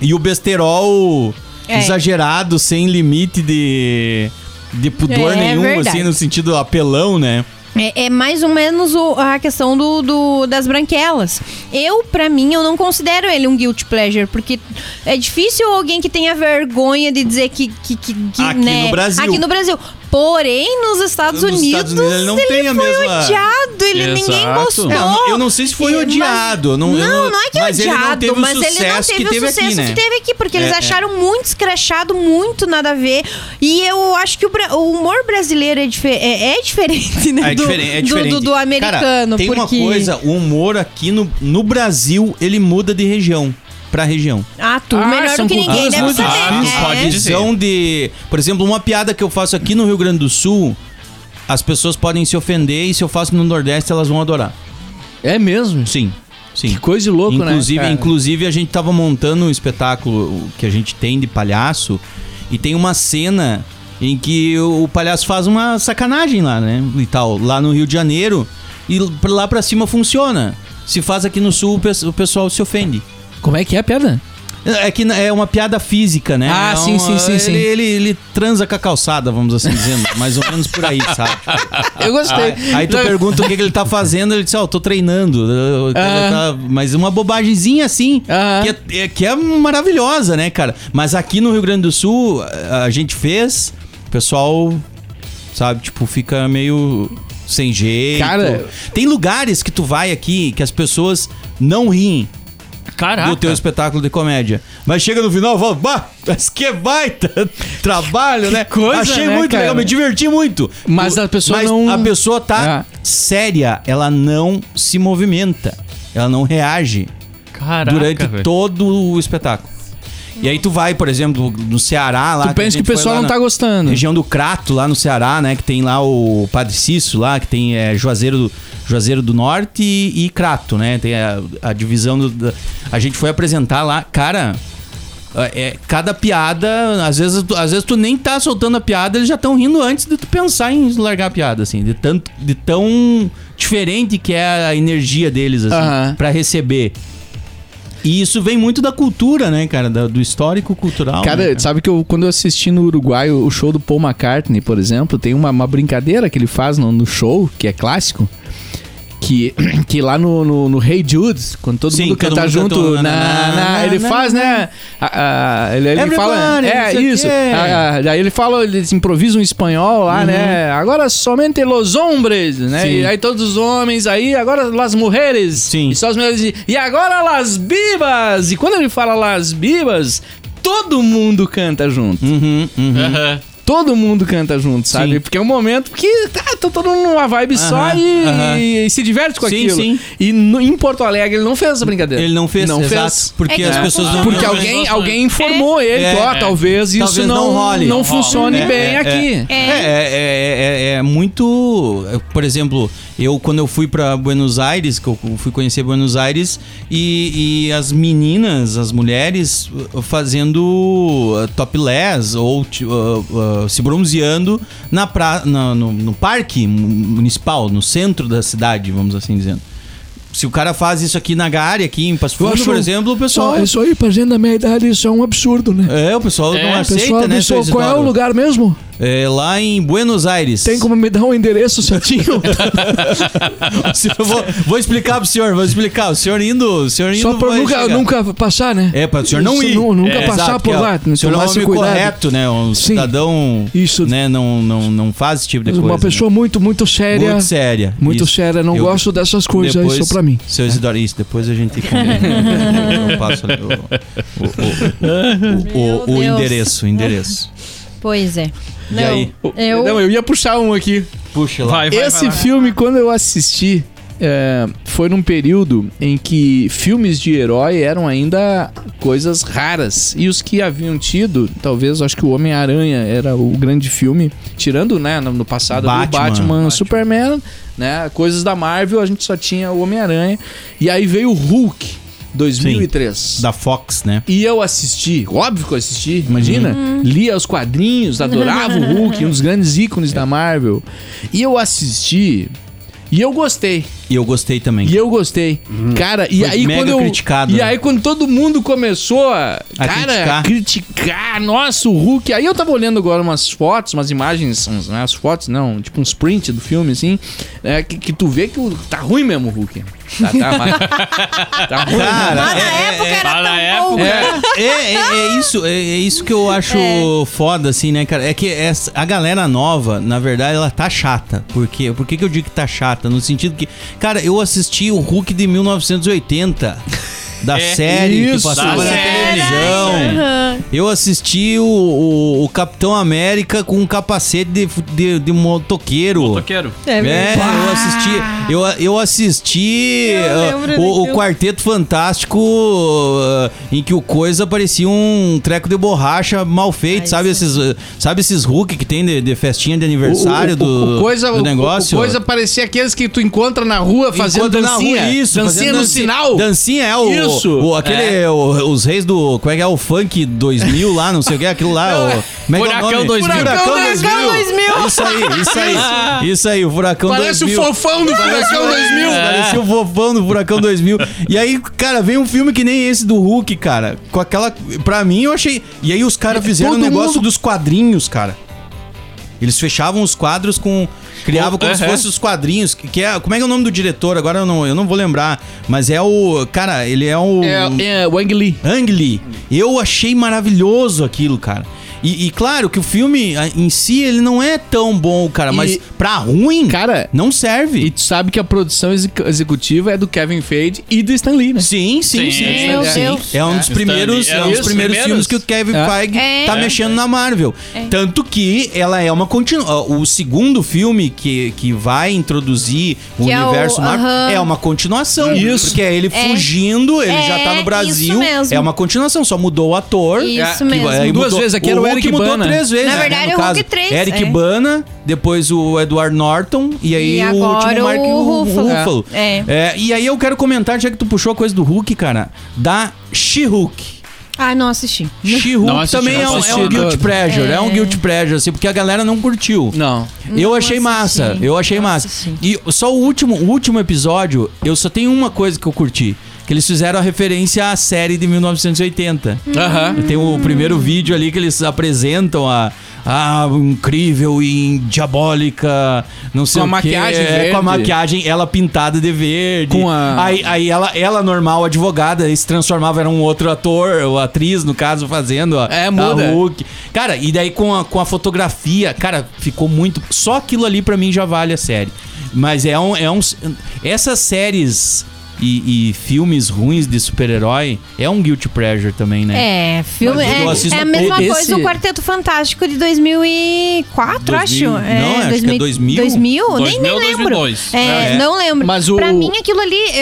S5: e o besterol
S7: É.
S5: exagerado, sem limite de, de pudor
S7: É
S5: nenhum,
S7: verdade.
S5: assim, no sentido apelão, né?
S7: É, é mais ou menos o- a questão do, do- das branquelas. Eu, pra mim, eu não considero ele um guilt pleasure, porque é difícil alguém que tenha vergonha de dizer que... que, que, que,
S5: Aqui
S7: né,
S5: no Brasil.
S7: Aqui no Brasil. Porém, nos Estados,
S5: Nos
S7: Unidos,
S5: Estados Unidos ele não
S7: ele
S5: tem a
S7: foi
S5: mesma-
S7: odiado, ele, ninguém
S6: Exato.
S7: gostou.
S5: É, eu não sei se foi
S7: E-
S5: odiado,
S7: Mas,
S5: não-
S7: não,
S5: eu não-
S7: não, é que é
S5: mas ele não
S7: odiado,
S5: teve o
S7: mas ele não
S5: sucesso
S7: teve
S5: que
S7: o
S5: teve aqui,
S7: sucesso
S5: né?
S7: que teve aqui, porque
S5: É,
S7: eles
S5: é.
S7: acharam muito escrachado, muito nada a ver. E eu acho que o, bra- o humor brasileiro é, dife- é- é diferente, né?
S5: É
S7: do,
S5: diferente, é
S7: do-
S5: diferente.
S7: Do, do
S5: Cara,
S7: americano.
S5: tem
S7: porque...
S5: uma coisa, o humor aqui no, no Brasil, ele muda de região pra região.
S7: Ah, tu,
S4: Ah,
S7: melhor
S4: são
S7: do que ninguém
S5: culturas
S7: deve
S5: muito
S7: saber.
S5: difíceis,
S4: né?
S7: é.
S5: pode visão de... Por exemplo, uma piada que eu faço aqui no Rio Grande do Sul, as pessoas podem se ofender e se eu faço no Nordeste, elas vão adorar.
S4: É mesmo?
S5: Sim, sim.
S4: Que coisa de louco,
S5: inclusive,
S4: né? cara?
S5: inclusive, a gente tava montando um espetáculo que a gente tem de palhaço e tem uma cena em que o o palhaço faz uma sacanagem lá, né? E tal, lá no Rio de Janeiro. E l- pra lá pra cima funciona. Se faz aqui no Sul, o pe- o pessoal se ofende.
S4: Como é que é a piada?
S5: É que é uma piada física, né?
S4: Ah,
S5: É
S4: sim,
S5: um-
S4: sim, sim,
S5: ele,
S4: sim.
S5: Ele, ele transa com a calçada, vamos assim dizendo. Mais ou menos por aí, sabe?
S4: Eu gostei.
S5: Ah, Aí, aí tu
S4: Não,
S5: pergunta o que, que ele tá fazendo, ele diz, ó, tô treinando. eu- eu-
S4: Ah.
S5: tá- mas uma bobagemzinha assim,
S4: Ah.
S5: que, é, é- que é maravilhosa, né, cara? Mas aqui no Rio Grande do Sul, a, a gente fez, o pessoal, sabe, tipo, fica meio sem jeito.
S4: Cara-
S5: Tem lugares que tu vai aqui que as pessoas não riem
S6: Caraca.
S5: do teu espetáculo de comédia. Mas chega no final e fala, bah, mas que baita trabalho, né?
S4: coisa,
S5: Achei
S4: né,
S5: muito
S4: cara?
S5: legal, me diverti muito.
S4: Mas
S5: Tu-
S4: a pessoa
S5: mas
S4: não-
S5: a pessoa tá
S4: Ah.
S5: séria, ela não se movimenta, ela não reage
S6: Caraca,
S5: durante
S6: velho.
S5: todo o espetáculo. E aí tu vai, por exemplo, no Ceará lá...
S4: Tu pensa que o pessoal não tá
S5: gostando.
S4: gostando.
S5: Região do Crato, lá no Ceará, né? Que tem lá o Padre Cício, lá, que tem é, Juazeiro, do, Juazeiro do Norte e, e Crato, né? Tem a, a divisão do, da- A gente foi apresentar lá, cara. É, cada piada, às vezes, tu- às vezes tu nem tá soltando a piada, eles já estão rindo antes de tu pensar em largar a piada, assim, de, tanto, de tão diferente que é a energia deles, assim,
S4: Aham.
S5: pra receber. E isso vem muito da cultura, né, cara? Da- do histórico cultural. né,
S4: Cara, sabe que eu, quando eu assisti no Uruguai o o show do Paul McCartney, por exemplo, tem uma, uma brincadeira que ele faz no, no show, que é clássico, que, que lá no, no, no Hey Jude, quando todo
S5: Sim,
S4: mundo
S5: todo
S4: canta
S5: mundo
S4: junto,
S5: cantou,
S4: na-
S5: na-
S4: na-
S5: na-
S4: ele
S5: na-
S4: faz, né? a- a- ele ele
S5: Everybody,
S4: fala. É,
S5: não sei o
S4: isso.
S5: quê.
S4: a- a- Daí ele fala, eles improvisam um espanhol lá, né? Agora somente los hombres, né?
S5: Uhum. Sim.
S4: E aí todos os homens, aí agora las mujeres.
S5: Sim.
S4: E só as mulheres dizem, e agora las bibas! E quando ele fala las bibas, todo mundo canta junto.
S5: Uhum, uhum.
S6: Aham.
S4: todo mundo canta junto, sabe? Porque é um momento que tá, tá todo mundo numa vibe só
S5: Aham,
S4: e,
S5: aham.
S4: e se diverte com
S5: Sim,
S4: aquilo.
S5: sim.
S4: E no- em Porto Alegre ele não fez essa brincadeira.
S5: Ele não fez,
S4: Não
S5: exato,
S4: fez.
S5: Porque
S7: É que
S5: as
S7: não
S5: pessoas não...
S7: funciona.
S4: Porque
S6: Não,
S4: alguém,
S6: não, não.
S4: alguém informou ele,
S5: É,
S4: ó,
S5: é.
S4: talvez isso
S5: Talvez
S4: não,
S5: não role.
S4: não
S5: Não
S4: funcione
S5: role.
S4: bem
S5: É, é,
S4: aqui.
S5: é. É, é, é, é- é muito. Por exemplo, eu quando eu fui pra Buenos Aires, que eu fui conhecer Buenos Aires, e, e as meninas, as mulheres, uh, fazendo uh, topless ou ti- uh, uh, se bronzeando na pra, na- no, no parque municipal, no centro da cidade, vamos assim dizendo. Se o cara faz isso aqui na Gária, aqui em Passo Fundo, por exemplo, o pessoal.
S4: isso aí, pra gente da minha idade, isso é um absurdo, né?
S5: É, o pessoal
S6: É.
S5: não aceita, né? seu Isidoro?
S4: é lugar mesmo?
S5: É, lá em Buenos Aires.
S4: me dar um endereço
S5: Tá
S4: certinho?
S5: Eu vou, vou explicar pro senhor, vou explicar. O senhor indo, o senhor indo vai chegar.
S4: passar, né?
S5: É, para o senhor não
S4: Isso,
S5: ir.
S4: nu- nunca
S5: É,
S4: passar
S5: exato,
S4: por
S5: que é-
S4: lá,
S5: O senhor é um
S4: tomar esse
S5: homem
S4: cuidado.
S5: correto, né? Um
S4: Sim.
S5: cidadão,
S4: Isso.
S5: né? Não, não, não faz esse tipo de coisa.
S4: Uma pessoa muito, muito
S5: né?
S4: séria.
S5: muito séria.
S4: Muito
S5: Isso.
S4: séria, não
S5: Eu-
S4: gosto dessas coisas,
S5: depois,
S4: isso pra mim.
S5: Seu Isidoro, isso, depois a gente combina. Eu passo ali o, o, o, o, o, o
S7: Meu Deus.
S5: endereço, o endereço.
S7: Pois é.
S5: E aí?
S7: Eu...
S4: Não, eu ia puxar um aqui.
S5: Puxa lá.
S6: Vai, vai,
S4: Esse
S6: vai lá.
S4: filme, quando eu assisti, é, foi num período em que filmes de herói eram ainda coisas raras. E os que haviam tido, talvez, acho que o Homem-Aranha era o grande filme. Tirando, né, no no passado, ali, o
S5: Batman.
S4: Batman, Superman, né, coisas da Marvel, a gente só tinha o Homem-Aranha. E aí veio o Hulk, 2003.
S5: Da Fox, né?
S4: E eu assisti, óbvio que eu assisti, imagina. Lia os quadrinhos, adorava o Hulk, um dos grandes ícones da Marvel. E eu assisti. E eu gostei.
S5: E eu gostei também.
S4: E eu gostei. Cara, e
S5: Uhum. Foi
S4: aí
S5: mega
S4: quando eu,
S5: criticado,
S4: E
S5: né?
S4: aí quando todo mundo começou a,
S5: A
S4: cara, a criticar.
S5: criticar.
S4: nossa, o Hulk. Aí eu tava olhando agora umas fotos, umas imagens, uns, né, as fotos não, tipo uns print do filme assim, né, que, que tu vê que o- tá ruim mesmo o Hulk. Tá, tá, mas- tá ruim.
S5: Cara,
S7: Mas na
S5: é-
S7: época era
S6: Ah,
S7: tão
S6: na
S7: tá bom.
S6: época.
S5: É, é, é isso, é, é isso que eu acho foda, assim, né, cara? É que essa- a galera nova, na verdade, ela tá chata. Por quê? Por que, que eu digo que tá chata? No sentido que, cara, eu assisti o Hulk de 1980. Da
S6: É,
S5: série
S4: isso,
S5: que
S6: da
S5: passava na
S6: série.
S5: televisão. Eu assisti o, o- o Capitão América com um capacete de, fu- de, de motoqueiro.
S6: Toqueiro.
S7: É
S5: É,
S7: verdade.
S5: eu assisti. Eu, eu assisti
S7: Eu
S5: uh,
S7: lembro
S5: o, o
S7: daquilo.
S5: Quarteto Fantástico uh, em que o coisa parecia um treco de borracha mal feito,
S7: Ai,
S5: sabe?
S7: sim.
S5: Esses, uh, sabe esses Hulk que tem de, de festinha de aniversário
S4: O- o- o-
S5: do,
S4: o coisa,
S5: do
S4: o-
S5: negócio?
S4: O, coisa parecia aqueles que tu encontra na rua fazendo
S5: Enquanto na
S4: dancinha.
S5: rua, isso,
S4: dancinha
S5: fazendo
S4: no
S5: dancinha.
S4: sinal.
S5: Dancinha é o.
S4: Isso. É.
S5: o- aquele, o- os reis do. Como é que é? O funk 2000 lá, não sei o que, aquilo lá. o, como é que é o
S6: Furacão
S5: nome?
S6: 2000.
S5: Furacão
S4: Furacão
S5: 2000.
S7: 2000.
S5: Isso aí, isso aí. Isso aí, o Furacão
S4: Parece
S5: 2000.
S4: o fofão do Furacão 2000.
S5: É. Parecia o fofão do Furacão 2000. E aí, cara, vem um filme que nem esse do Hulk, cara. Com aquela. Pra mim, eu achei. E aí, os caras fizeram o
S4: É todo
S5: negócio
S4: mundo-
S5: dos quadrinhos, cara. Eles fechavam os quadros com. Criavam como se
S6: Aham.
S5: fossem os quadrinhos. Que que é, como é que é o nome do diretor? Agora eu não, eu não vou lembrar. Mas é o. Cara, ele é o.
S4: É, é, Wang Lee.
S5: Ang Lee. Eu achei maravilhoso aquilo, cara. E, e claro que o filme a- em si, ele não é tão bom, cara. Mas
S4: E-
S5: pra ruim,
S4: Cara,
S5: não serve.
S4: e tu sabe que a produção exec- executiva é do Kevin Feige e do Stan Lee, né?
S5: Sim, sim,
S6: Sim,
S5: sim.
S6: é
S7: Meu
S5: sim.
S7: Deus.
S5: É um dos
S6: É.
S5: primeiros,
S6: Stanley,
S5: é
S6: é
S5: um dos
S6: isso,
S5: primeiros
S6: primeiros.
S5: filmes que o Kevin
S4: É.
S5: Feige
S7: É.
S5: tá
S7: É.
S5: mexendo na Marvel. Tanto que ela é uma continua o segundo filme que, que vai introduzir o
S7: Que é o-
S5: universo Marvel
S7: aham.
S5: é uma continuação,
S4: Isso.
S5: porque é ele
S7: É.
S5: fugindo, ele
S7: É,
S5: já tá no
S7: isso
S5: Brasil,
S7: mesmo.
S5: é uma continuação, só mudou o ator.
S7: Isso
S5: Que
S7: mesmo.
S5: vai- aí
S4: É, Duas vezes aqui era o
S5: Hulk
S4: Eric
S5: mudou
S4: Bana.
S5: três vezes,
S7: Na
S5: né,
S7: verdade,
S5: no
S7: o Hulk
S5: caso.
S7: três,
S5: Eric
S7: é.
S5: Bana, depois o Edward Norton e aí
S7: E
S5: o
S7: agora
S5: último
S7: o
S5: Mark
S7: Ruffalo.
S5: Ruffalo.
S7: É.
S5: É, e aí eu quero comentar, já que tu puxou a coisa do Hulk, cara, da She-Hulk.
S7: Ah, não assisti.
S6: Não
S5: She-Hulk
S6: assisti,
S5: também
S6: não
S5: é um,
S6: assisti
S5: é um guilty
S4: todo.
S5: pleasure, é.
S7: É.
S5: um guilty pleasure, assim, porque a galera não curtiu.
S4: Não.
S5: Eu achei
S7: assisti,
S5: massa, eu achei
S7: não
S5: massa.
S7: assisti.
S5: E só o último, o último episódio, eu só tenho uma coisa que eu curti, que eles fizeram a referência à série de 1980.
S4: Aham.
S5: Tem o primeiro vídeo ali que eles apresentam a, a incrível e diabólica, não sei
S4: Com a
S5: o quê,
S4: maquiagem
S5: é,
S4: verde.
S5: Com a maquiagem, ela pintada de verde.
S4: Com a-
S5: Aí, aí ela, ela normal, advogada, se transformava, era um outro ator, ou atriz, no caso, fazendo a,
S4: É, muda.
S5: a Hulk. Cara, e daí com a, com a fotografia, cara, ficou muito... Só aquilo ali pra mim já vale a série. Mas é um... É um essas séries e, e filmes ruins de super-herói é um guilty pleasure também, né?
S7: É, filme.
S5: Mas eu assisto
S7: É, é a mesma
S5: todo-
S7: coisa
S4: esse-
S7: do Quarteto Fantástico de 2004,
S5: 2000,
S7: acho.
S5: não, acho que é 2000.
S7: 2000? Nem,
S6: 2000,
S7: nem lembro.
S6: 2002.
S7: É,
S5: É.
S7: não lembro.
S4: Mas o-
S7: Pra mim, aquilo ali. é,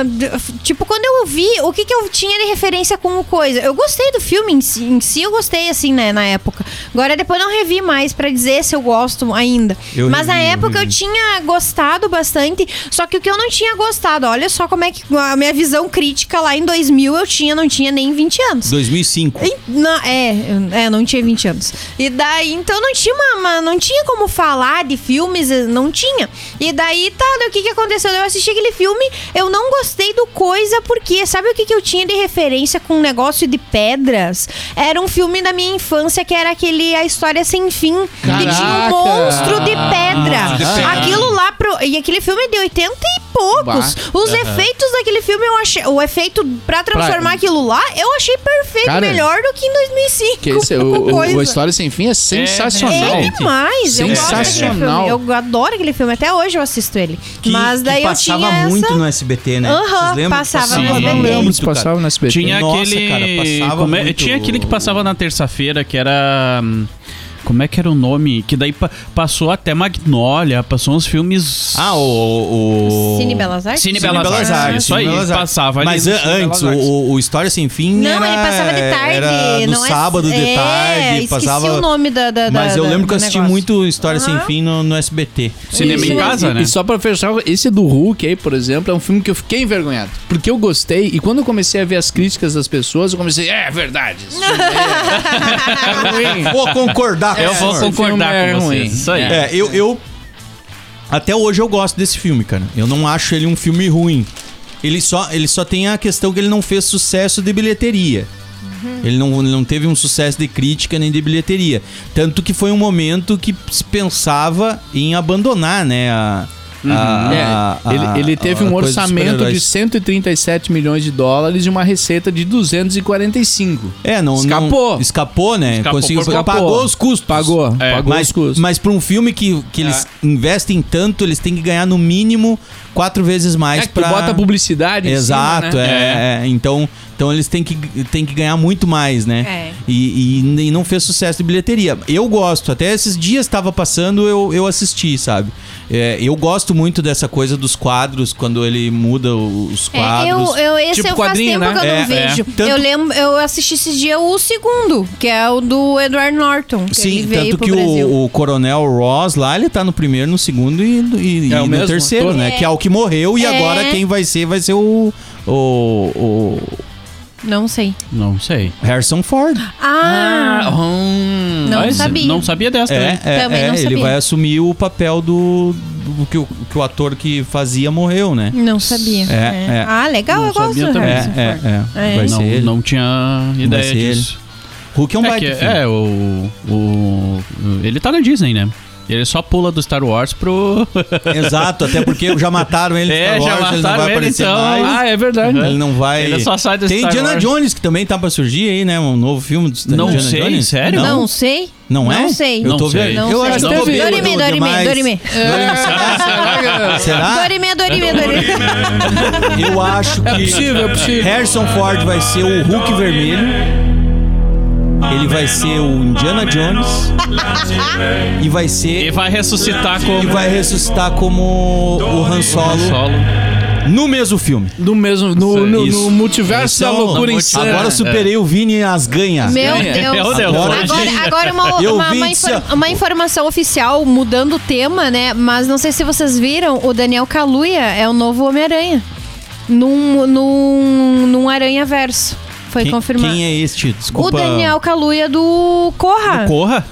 S7: é, d- f- tipo, quando eu vi, o que, que eu tinha de referência com o coisa? Eu gostei do filme em si, em si eu gostei, assim, né, na época. Agora, depois eu não revi mais pra dizer se eu gosto ainda.
S5: Eu
S7: Mas na
S5: revi, eu
S7: época eu
S5: revi.
S7: tinha gostado bastante, só que o que eu não tinha gostado, olha só como é que a minha visão crítica lá em 2000 eu tinha, não tinha nem 20 anos.
S5: 2005.
S7: E- Não, é, é, não tinha 20 anos. E daí, então não tinha uma, uma- não tinha como falar de filmes, eh, não tinha. E daí, tá, daí o que que aconteceu? Eu assisti aquele filme, eu não gostei do coisa, porque sabe o que que eu tinha de referência com um negócio de pedras? Era um filme da minha infância que era aquele A História Sem Fim, que tinha um
S4: Caraca!
S7: monstro de pedra.
S6: de pedra.
S7: Aquilo lá, pro, e aquele filme é de 80 e poucos. Os efeitos daquele filme, eu achei, o efeito pra transformar aquilo lá, eu achei perfeito,
S4: Cara,
S7: melhor do que em 2005.
S4: Que esse,
S7: com
S4: o, o-
S7: coisa.
S4: o História Sem Fim é sensacional.
S7: É demais, eu gosto daquele
S4: Sensacional.
S7: filme. Eu adoro aquele filme, até hoje eu assisto ele.
S5: Que-
S7: Mas daí
S5: que
S7: eu
S5: passava
S7: tinha essa.
S5: muito no SBT, né?
S7: Aham,
S5: Vocês lembram?
S7: passava
S6: no
S5: muito,
S6: SBT.
S5: cara.
S7: Lembro
S4: se passava no SBT.
S6: Tinha
S5: Nossa,
S6: aquele.
S5: cara, passava
S6: como é-
S5: muito.
S6: Tinha aquele que passava na terça-feira, que era. hum, Como é que era o nome? Que daí pa- passou até Magnólia, passou uns filmes.
S5: Ah, o. o...
S7: Cine Belas Artes?
S6: Cine
S5: Cine Belas Artes.
S6: Isso
S5: Cine
S6: aí,
S5: Belas Artes.
S6: passava ali
S5: Mas
S6: no
S5: an-
S6: Cine Belas
S5: antes, o,
S6: Artes.
S5: o História Sem Fim.
S7: Não,
S5: era-
S7: ele passava de tarde.
S5: Era no
S7: não é-
S5: sábado de
S7: é,
S5: tarde.
S7: esqueci
S5: Passava...
S7: o nome da. da- da-
S5: Mas eu
S7: da-
S5: lembro que
S7: do
S5: eu assisti
S7: negócio.
S5: muito História Sem
S7: Aham.
S5: Fim no, no SBT.
S6: Cinema em
S7: Isso.
S6: casa, né?
S4: E só pra fechar, esse do Hulk aí, por exemplo, é um filme que eu fiquei envergonhado. Porque eu gostei, e quando eu comecei a ver as críticas das pessoas, eu comecei, é verdade. Isso Tá
S5: Vou concordar com
S6: Eu
S5: o
S6: vou
S5: senhor.
S6: concordar
S4: filme é
S6: com
S4: ruim.
S6: vocês. Isso aí.
S5: É, eu, eu- Até hoje eu gosto desse filme, cara. Eu não acho ele um filme ruim. Ele só, ele só tem a questão que ele não fez sucesso de bilheteria. Ele, não, ele não teve um sucesso de crítica nem de bilheteria. Tanto que foi um momento que se pensava em abandonar, né? A, a-
S4: É,
S5: a- a-
S4: ele, ele teve
S5: a
S4: um
S5: Ah, coisa dos
S4: orçamento de
S5: super-heróis.
S4: 137 milhões de dólares e uma receita de 245.
S5: É, não. não-
S4: Escapou.
S5: escapou, né?
S6: Escapou
S5: Conseguiu,
S6: por pouco.
S5: Pagou os custos.
S4: Pagou,
S6: É,
S4: pagou
S5: Mas,
S4: os custos.
S5: mas pra um filme que, que
S7: É.
S5: eles investem tanto, eles têm que ganhar no mínimo quatro vezes
S4: é
S5: mais
S4: que tu
S5: pra.
S4: bota publicidade em cima,
S5: Exato,
S4: né?
S5: é, é. Então, então eles têm que, têm que ganhar muito mais,
S7: É.
S5: né? E, e, e não fez sucesso de bilheteria. Eu gosto, até esses dias estava passando, eu, eu assisti, sabe? É, eu gosto muito dessa coisa dos quadros, quando ele muda o- os
S7: É,
S5: quadros.
S7: eu, eu, esse
S4: Tipo
S7: eu faz
S4: quadrinho,
S7: tempo
S4: né?
S7: que eu não
S5: É,
S7: vejo.
S5: é. Tanto-
S7: Eu lembro, eu assisti esse dia o segundo, que é o do Edward Norton. Que ele
S5: Sim,
S7: veio
S5: tanto
S7: pro
S5: que
S7: Brasil.
S5: o, o Coronel Ross lá, ele tá no primeiro, no segundo e, e,
S4: É
S5: e
S4: o
S5: no
S4: mesmo
S5: terceiro,
S4: ator?
S5: né? Que é o que morreu e
S7: É.
S5: agora quem vai ser, vai ser o- o, o
S7: Não sei.
S6: Não sei.
S5: Harrison Ford.
S7: Ah!
S4: Ah, hum.
S7: Não
S6: Mas
S7: sabia.
S6: Não sabia dessa.
S5: É,
S6: né?
S5: é,
S7: Também
S5: é,
S7: não
S5: ele
S7: sabia.
S5: vai assumir o papel do, do que, o, que o ator que fazia morreu, né?
S7: Não sabia.
S5: É, é.
S7: Ah, legal,
S6: Não
S7: eu gosto
S6: sabia
S7: do
S6: também.
S7: Harrison
S5: É,
S7: Ford.
S5: é, é.
S7: É.
S5: Vai
S6: Não,
S5: ser ele.
S6: não tinha
S5: ser
S6: ideia
S5: ele.
S6: disso.
S5: Hulk é um
S6: É,
S5: baita
S6: que-
S5: filme.
S6: é, o, o- Ele tá na Disney, né? Ele só pula do Star Wars pro.
S5: Exato, até porque já mataram ele no
S6: É,
S5: Star
S6: já
S5: Wars, ele não
S6: mataram
S5: vai
S6: ele,
S5: aparecer
S6: então.
S5: mais.
S4: Ah, é verdade.
S5: Ele não vai.
S6: Ele só sai do
S5: Tem
S6: Star
S5: Indiana
S6: Wars.
S5: Jones que também tá pra surgir aí, né? Um novo filme do
S6: Não
S5: Indiana
S6: sei,
S5: Jones.
S6: sério?
S7: Não,
S5: É, Não,
S7: sei.
S5: não é?
S7: Não sei.
S5: Eu
S6: Não
S5: tô
S6: sei.
S5: vendo.
S7: Não
S5: Eu
S7: sei.
S5: acho que
S4: Não
S5: eu tô
S4: sei.
S5: bêbado
S7: Dorime, dorime,
S5: demais.
S7: dorime.
S4: É,
S5: Será?
S7: Dorime, dorime, dorime.
S5: Eu acho que.
S4: é possível, é possível.
S5: Harrison Ford vai ser o Hulk vermelho. Ele vai ser o Indiana Jones. e vai
S6: E
S5: ser.
S6: vai ressuscitar como.
S5: E vai ressuscitar como o Han Solo
S6: Solo.
S5: no mesmo filme.
S4: No mesmo, no, no,
S5: Isso.
S4: no multiverso da
S5: Então,
S4: loucura insana.
S5: Agora eu superei o Vini as ganhas.
S7: Meu
S6: Meu
S7: Deus.
S6: Deus.
S5: Agora
S6: Hoje-
S7: Agora, agora uma,
S5: Eu
S7: uma,
S5: vi
S7: uma
S5: isso.
S7: infor- uma informação oficial, mudando o tema, né? Mas não sei se vocês viram, o Daniel Kaluuya é o novo Homem-Aranha. Num, num, num Aranha Verso. Foi
S5: Quem,
S7: confirmado.
S5: quem é este?
S7: o
S5: Desculpa.
S7: Daniel Kaluuya do Corra.
S6: Corra.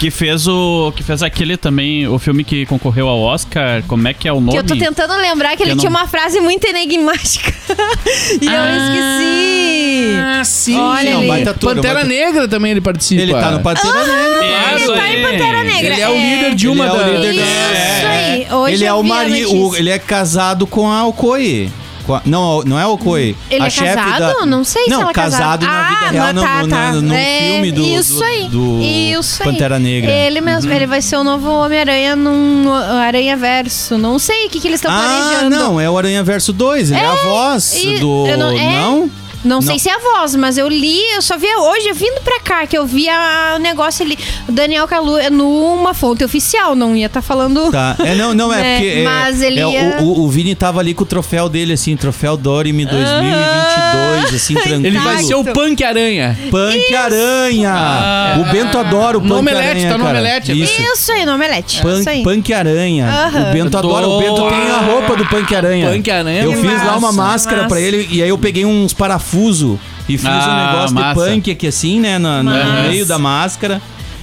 S6: Que fez o. Que fez aquele também. O filme que concorreu ao Oscar. Como é que é o nome?
S7: Que eu tô tentando lembrar que ele
S6: Eu não-
S7: tinha uma frase muito enigmática. e
S5: Ah.
S7: eu esqueci.
S4: Ah, sim.
S7: Olha
S5: Não,
S7: ali.
S5: baita ator,
S4: Pantera
S5: baita-
S4: Negra também ele participa.
S5: Ele tá no Pantera Negra.
S7: ele
S6: Isso
S7: tá
S6: aí.
S7: em Pantera Negra.
S4: Ele é o líder de uma
S5: ele
S4: da...
S5: é o líder
S7: Isso
S5: da-
S7: aí. Hoje
S5: ele é
S7: eu
S5: o
S7: vi a
S5: marido.
S7: notícia.
S5: Ele é casado com a Okoye. Com Okoye. Não, não é Okoye.
S1: Ele
S5: a
S1: é
S5: chefe
S1: casado?
S5: Da...
S1: Não sei se ela é
S5: casado
S1: casada.
S5: na vida
S1: Ah,
S5: real,
S1: não,
S5: no,
S1: tá,
S5: no- né,
S1: tá.
S5: no- no
S1: É,
S5: filme do,
S1: isso
S5: do-
S1: aí,
S5: do
S1: isso aí.
S5: Pantera Negra. Uhum.
S7: Ele mesmo, ele vai ser o novo Homem-Aranha num Aranha Verso. Não sei o que, que eles estão
S5: Ah,
S7: planejando.
S5: não, é o Aranha Verso 2, ele é, a voz
S7: E-
S5: do...
S7: eu
S5: Não?
S7: é, não? sei
S5: Não.
S7: se é a voz, mas eu li, eu só vi hoje, eu vindo pra cá, que eu vi a- o negócio ali. O Daniel Calu é numa fonte oficial, não ia estar falando.
S5: Tá. É, não, não, é
S7: Né,
S5: porque... é-
S7: mas ele
S5: é, o-
S7: ia-
S5: o, o Vini tava ali com o troféu dele, assim, troféu Dorime 2022, assim, tranquilo.
S4: Ele vai ser o Punk Aranha.
S5: Punk Aranha! o Bento adora o Punk
S4: No Ah. Omelete,
S5: Aranha,
S4: tá no
S5: cara.
S4: Omelete agora.
S5: Isso.
S7: Isso aí, no Omelete.
S5: Punk,
S7: isso aí.
S5: Punk Aranha.
S7: Aham.
S5: O Bento
S4: Eu tô-
S5: adora. O Bento tem a roupa do Punk Aranha.
S4: Punk Aranha.
S5: Eu
S4: Que
S5: fiz lá uma
S7: massa,
S5: máscara pra
S7: massa.
S5: ele e aí eu peguei uns parafusos e fiz
S6: Ah,
S5: um negócio
S6: massa.
S5: de punk aqui assim, né? na- na-
S6: Massa.
S5: no meio da máscara.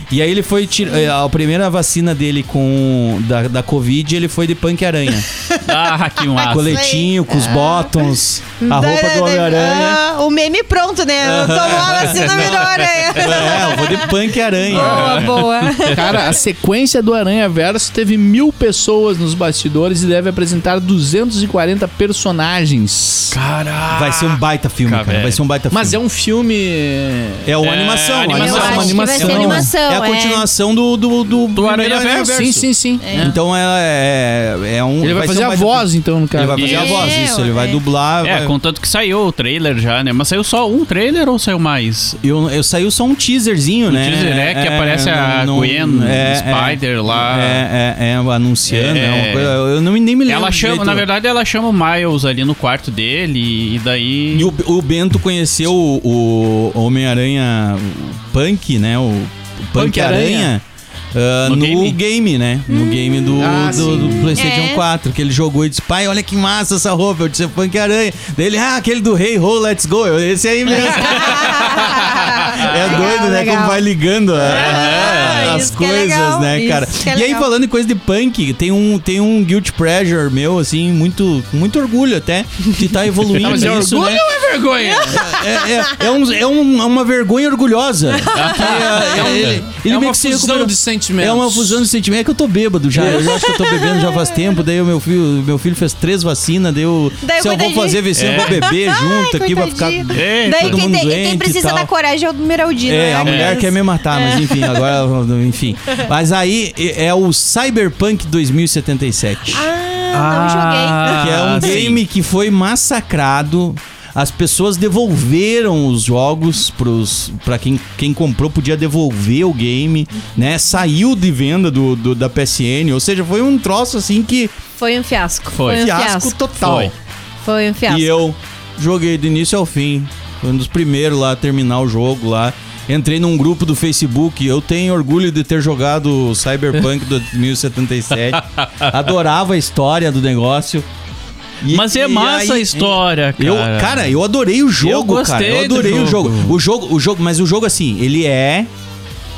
S5: E aí ele foi tir- eh, a primeira vacina dele com da, da Covid, ele foi de Punk Aranha.
S6: Ah, que massa.
S5: Coletinho, com os bottoms, a roupa do Homem-Aranha.
S7: Ah, o meme pronto, né? Tomou a vacina virou aranha.
S5: É, eu vou de Punk Aranha.
S4: Ah.
S7: boa, boa.
S4: Cara, a sequência do Aranha Verso teve mil pessoas nos bastidores e deve apresentar 240 personagens.
S5: Vai ser um baita filme,
S6: Cara,
S5: cara. Vai
S6: Ah, velho.
S5: ser um baita filme.
S4: Mas é um filme.
S5: É uma
S6: É,
S5: animação,
S6: animação.
S5: animação,
S7: Eu acho que vai ser animação,
S5: É a
S7: é.
S5: continuação do do do, primeiro
S6: Aranha Verso. é.
S4: Sim, sim, sim.
S5: Então é é, é um
S4: Ele vai,
S5: ser
S4: fazer
S5: um
S4: a
S5: baita-
S4: voz, então, no
S5: Ele
S4: cara.
S5: vai fazer a
S7: É,
S5: voz, isso. Ele vai
S7: é.
S5: dublar.
S6: É,
S5: vai-
S6: contanto que saiu o trailer já, né? Mas saiu só um trailer ou saiu mais?
S5: Eu, eu saiu só um teaserzinho, né?
S6: teaser, é, que aparece a Gwen Spider lá.
S5: É, é, é, anunciando. É.
S6: É.
S5: uma coisa, eu não, me- nem me lembro.
S6: Ela chama,
S5: direito.
S6: na verdade, ela chama o Miles ali no quarto dele e, e daí.
S5: E o, o Bento conheceu o, o Homem-Aranha Punk, né? O Punk Aranha. ah,
S6: No
S5: no,
S6: game?
S5: game? né? No game do,
S4: Ah,
S5: do, do PlayStation
S7: Hum. É.
S5: 4, que ele jogou e disse: Pai, olha que massa essa roupa, eu disse: "É Punk Aranha. Daí ele, ah, aquele do Hey Ho, let's go. Eu, esse aí mesmo. é doido, né?
S7: Ah, legal.
S5: Como vai ligando a-
S7: Ah,
S5: as
S7: isso que é
S5: coisas,
S7: legal,
S5: né,
S7: isso
S5: cara?
S7: que é
S5: e aí,
S7: legal.
S5: falando em coisa de punk, tem um, tem um guilt pleasure meu, assim, muito, muito orgulho até, de tá evoluindo
S4: Ah, mas é
S5: isso,
S4: orgulho
S5: né?
S4: ou é vergonha?
S5: É, é, é um- é um- é uma vergonha orgulhosa. Que é- é- ele ele
S4: é
S5: meio
S4: uma
S5: que se
S4: fusão
S5: recuperou.
S4: de sentimentos.
S5: É uma fusão de sentimentos. É que eu tô bêbado já. Eu já acho que eu tô bebendo já faz tempo. Daí o meu filho, meu filho fez três vacinas. Daí eu.
S7: Daí eu
S5: se eu vou
S7: coitadinho.
S5: fazer vacina, eu vou beber junto aqui, vai ficar.
S7: coitadinho.
S6: É,
S7: Daí
S5: todo
S7: quem,
S5: mundo
S7: tem,
S5: doente
S7: quem
S5: e
S7: precisa
S5: tal.
S7: da coragem é o Miraldino.
S5: É,
S7: né,
S5: a mulher
S7: criança?
S5: quer me matar,
S7: É.
S5: mas enfim, agora, enfim. Mas aí é é o Cyberpunk 2077.
S7: Ah,
S5: que é um
S6: Ah, sim.
S5: game que foi massacrado. As pessoas devolveram os jogos pros para quem, quem comprou podia devolver o game, né? Saiu de venda do, do- da PSN, ou seja, foi um troço assim
S7: não
S5: que
S7: joguei. Foi um fiasco.
S6: Foi.
S7: um
S5: fiasco,
S7: fiasco.
S5: total.
S6: Foi.
S7: Foi um fiasco.
S5: E eu joguei do início ao fim. Foi um dos primeiros lá a terminar o jogo lá. Entrei num grupo do Facebook. Eu tenho orgulho de ter jogado Cyberpunk 2077. Adorava a história do negócio. E-
S6: Mas é
S5: e
S6: massa a
S5: aí-
S6: história, cara.
S5: Eu, cara, eu adorei o jogo,
S6: Eu gostei
S5: cara. Eu
S6: do
S5: adorei o
S6: jogo.
S5: jogo. O jogo, o jogo, mas o jogo assim, ele é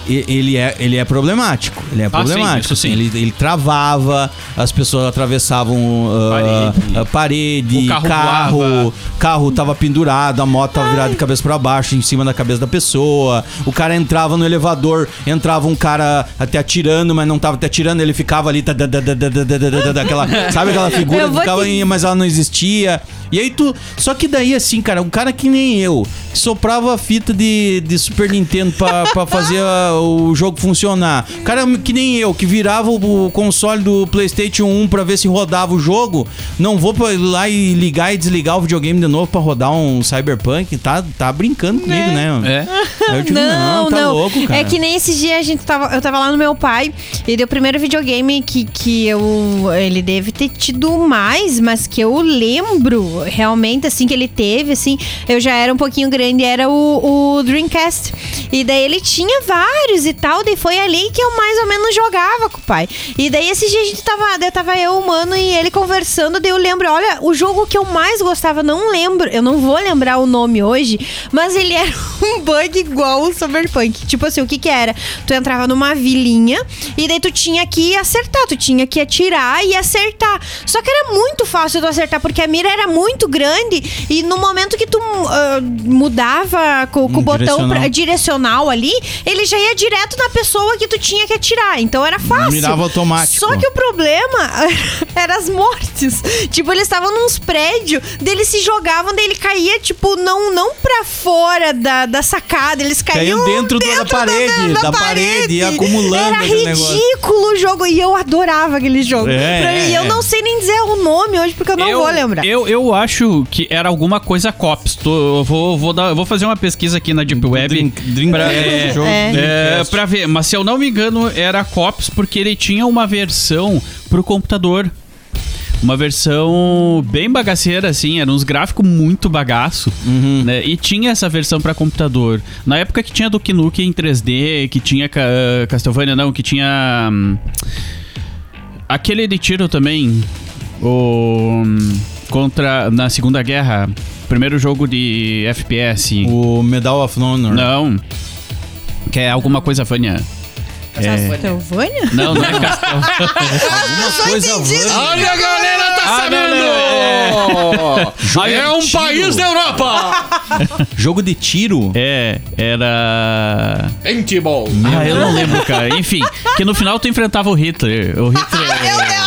S5: e- ele é, ele é problemático. Ele é problemático.
S6: Ah, sim, isso sim.
S5: Ele, ele travava, as pessoas atravessavam ah,
S6: Parede.
S5: ah, parede,
S6: O carro
S5: carro,
S6: voava.
S5: carro, tava pendurado, a moto tava virada de cabeça pra baixo, em cima da cabeça da pessoa. O cara entrava no elevador, entrava um cara até atirando, mas não tava até atirando, ele ficava ali, tá, tá, tá, tá, tá, tá, tá, tá, tá, tá, aquela, sabe aquela figura
S7: Eu
S5: que
S7: vou
S5: ficava
S7: te-
S5: em, mas ela não existia. E aí tu. Só que daí, assim, cara, um cara que nem eu, que soprava a fita de, de Super Nintendo pra, pra fazer a- o jogo funcionar. Um Cara que nem eu, que virava o, o console do PlayStation 1 pra ver se rodava o jogo. Não vou pra ir lá e ligar e desligar o videogame de novo pra rodar um Cyberpunk. Tá, tá brincando comigo, né?
S6: É.
S5: Aí eu digo, não, tá louco, cara.
S7: É que nem esses dias a gente tava, eu tava lá no meu pai e deu o primeiro videogame que, que eu. Ele deve ter tido mais, mas que eu lembro realmente, assim, que ele teve, assim. Eu já era um pouquinho grande, era o, o Dreamcast. E daí ele tinha vários e tal, daí foi ali que eu mais ou menos jogava com o pai. E daí esses dias a gente tava, daí tava eu, o mano e ele conversando, daí eu lembro, olha, o jogo que eu mais gostava, não lembro, eu não vou lembrar o nome hoje, mas ele era um bug igual o Cyberpunk. Tipo assim, o que que era? Tu entrava numa vilinha e daí tu tinha que acertar, tu tinha que atirar e acertar. Só que era muito fácil tu acertar porque a mira era muito muito grande e no momento que tu ah, mudava com, com
S5: Hum,
S7: o botão
S5: direcional.
S7: pra- direcional ali, ele já ia direto na pessoa que tu tinha que atirar. Então era fácil.
S5: Mirava automático.
S7: Só que o problema era as mortes. Tipo, eles estavam nos prédios, daí eles se jogavam, daí ele caía, tipo, não, não pra fora da, da sacada, eles caíam
S5: Caiu dentro, da- da parede, da, parede, e acumulando
S7: Era
S5: aquele negócio.
S7: ridículo o jogo e eu adorava aquele jogo.
S5: É,
S7: Pra mim,
S5: é,
S7: e eu
S5: é.
S7: não sei nem dizer o nome hoje porque eu não vou lembrar.
S6: Eu, eu acho que era alguma coisa COPS. Tô- eu vou, vou dar- eu vou fazer uma pesquisa aqui na Deep Web.
S5: Drink- Dreamcast,
S6: pra,
S5: o
S6: é,
S5: jogo
S7: É.
S6: é,
S5: Dreamcast.
S6: pra ver, mas se eu não me engano, era COPS porque ele tinha uma versão pro computador. Uma versão bem bagaceira, assim, era uns gráficos muito bagaço, né? E tinha essa versão pra computador. Na época que tinha do Nukem em 3D, que tinha ca- ah, Castlevania, não, que tinha... hum, Aquele de tiro também, o... hum, Contra... Na Segunda Guerra, primeiro jogo de FPS.
S5: O Medal of Honor.
S6: Não. Que é alguma coisa Vânia.
S7: Então, Castlevania?
S6: Não, não é Castel.
S7: Só
S5: coisa
S7: entendi.
S5: vã-
S2: Olha a galera tá
S6: Ah, não,
S2: sabendo!
S6: Jogo
S2: É, um
S6: antigo.
S2: país da Europa!
S5: Jogo de tiro.
S6: É, era.
S2: Paintball!
S6: Ah, eu não lembro, cara. Enfim, que no final tu enfrentava o Hitler. O Hitler. é-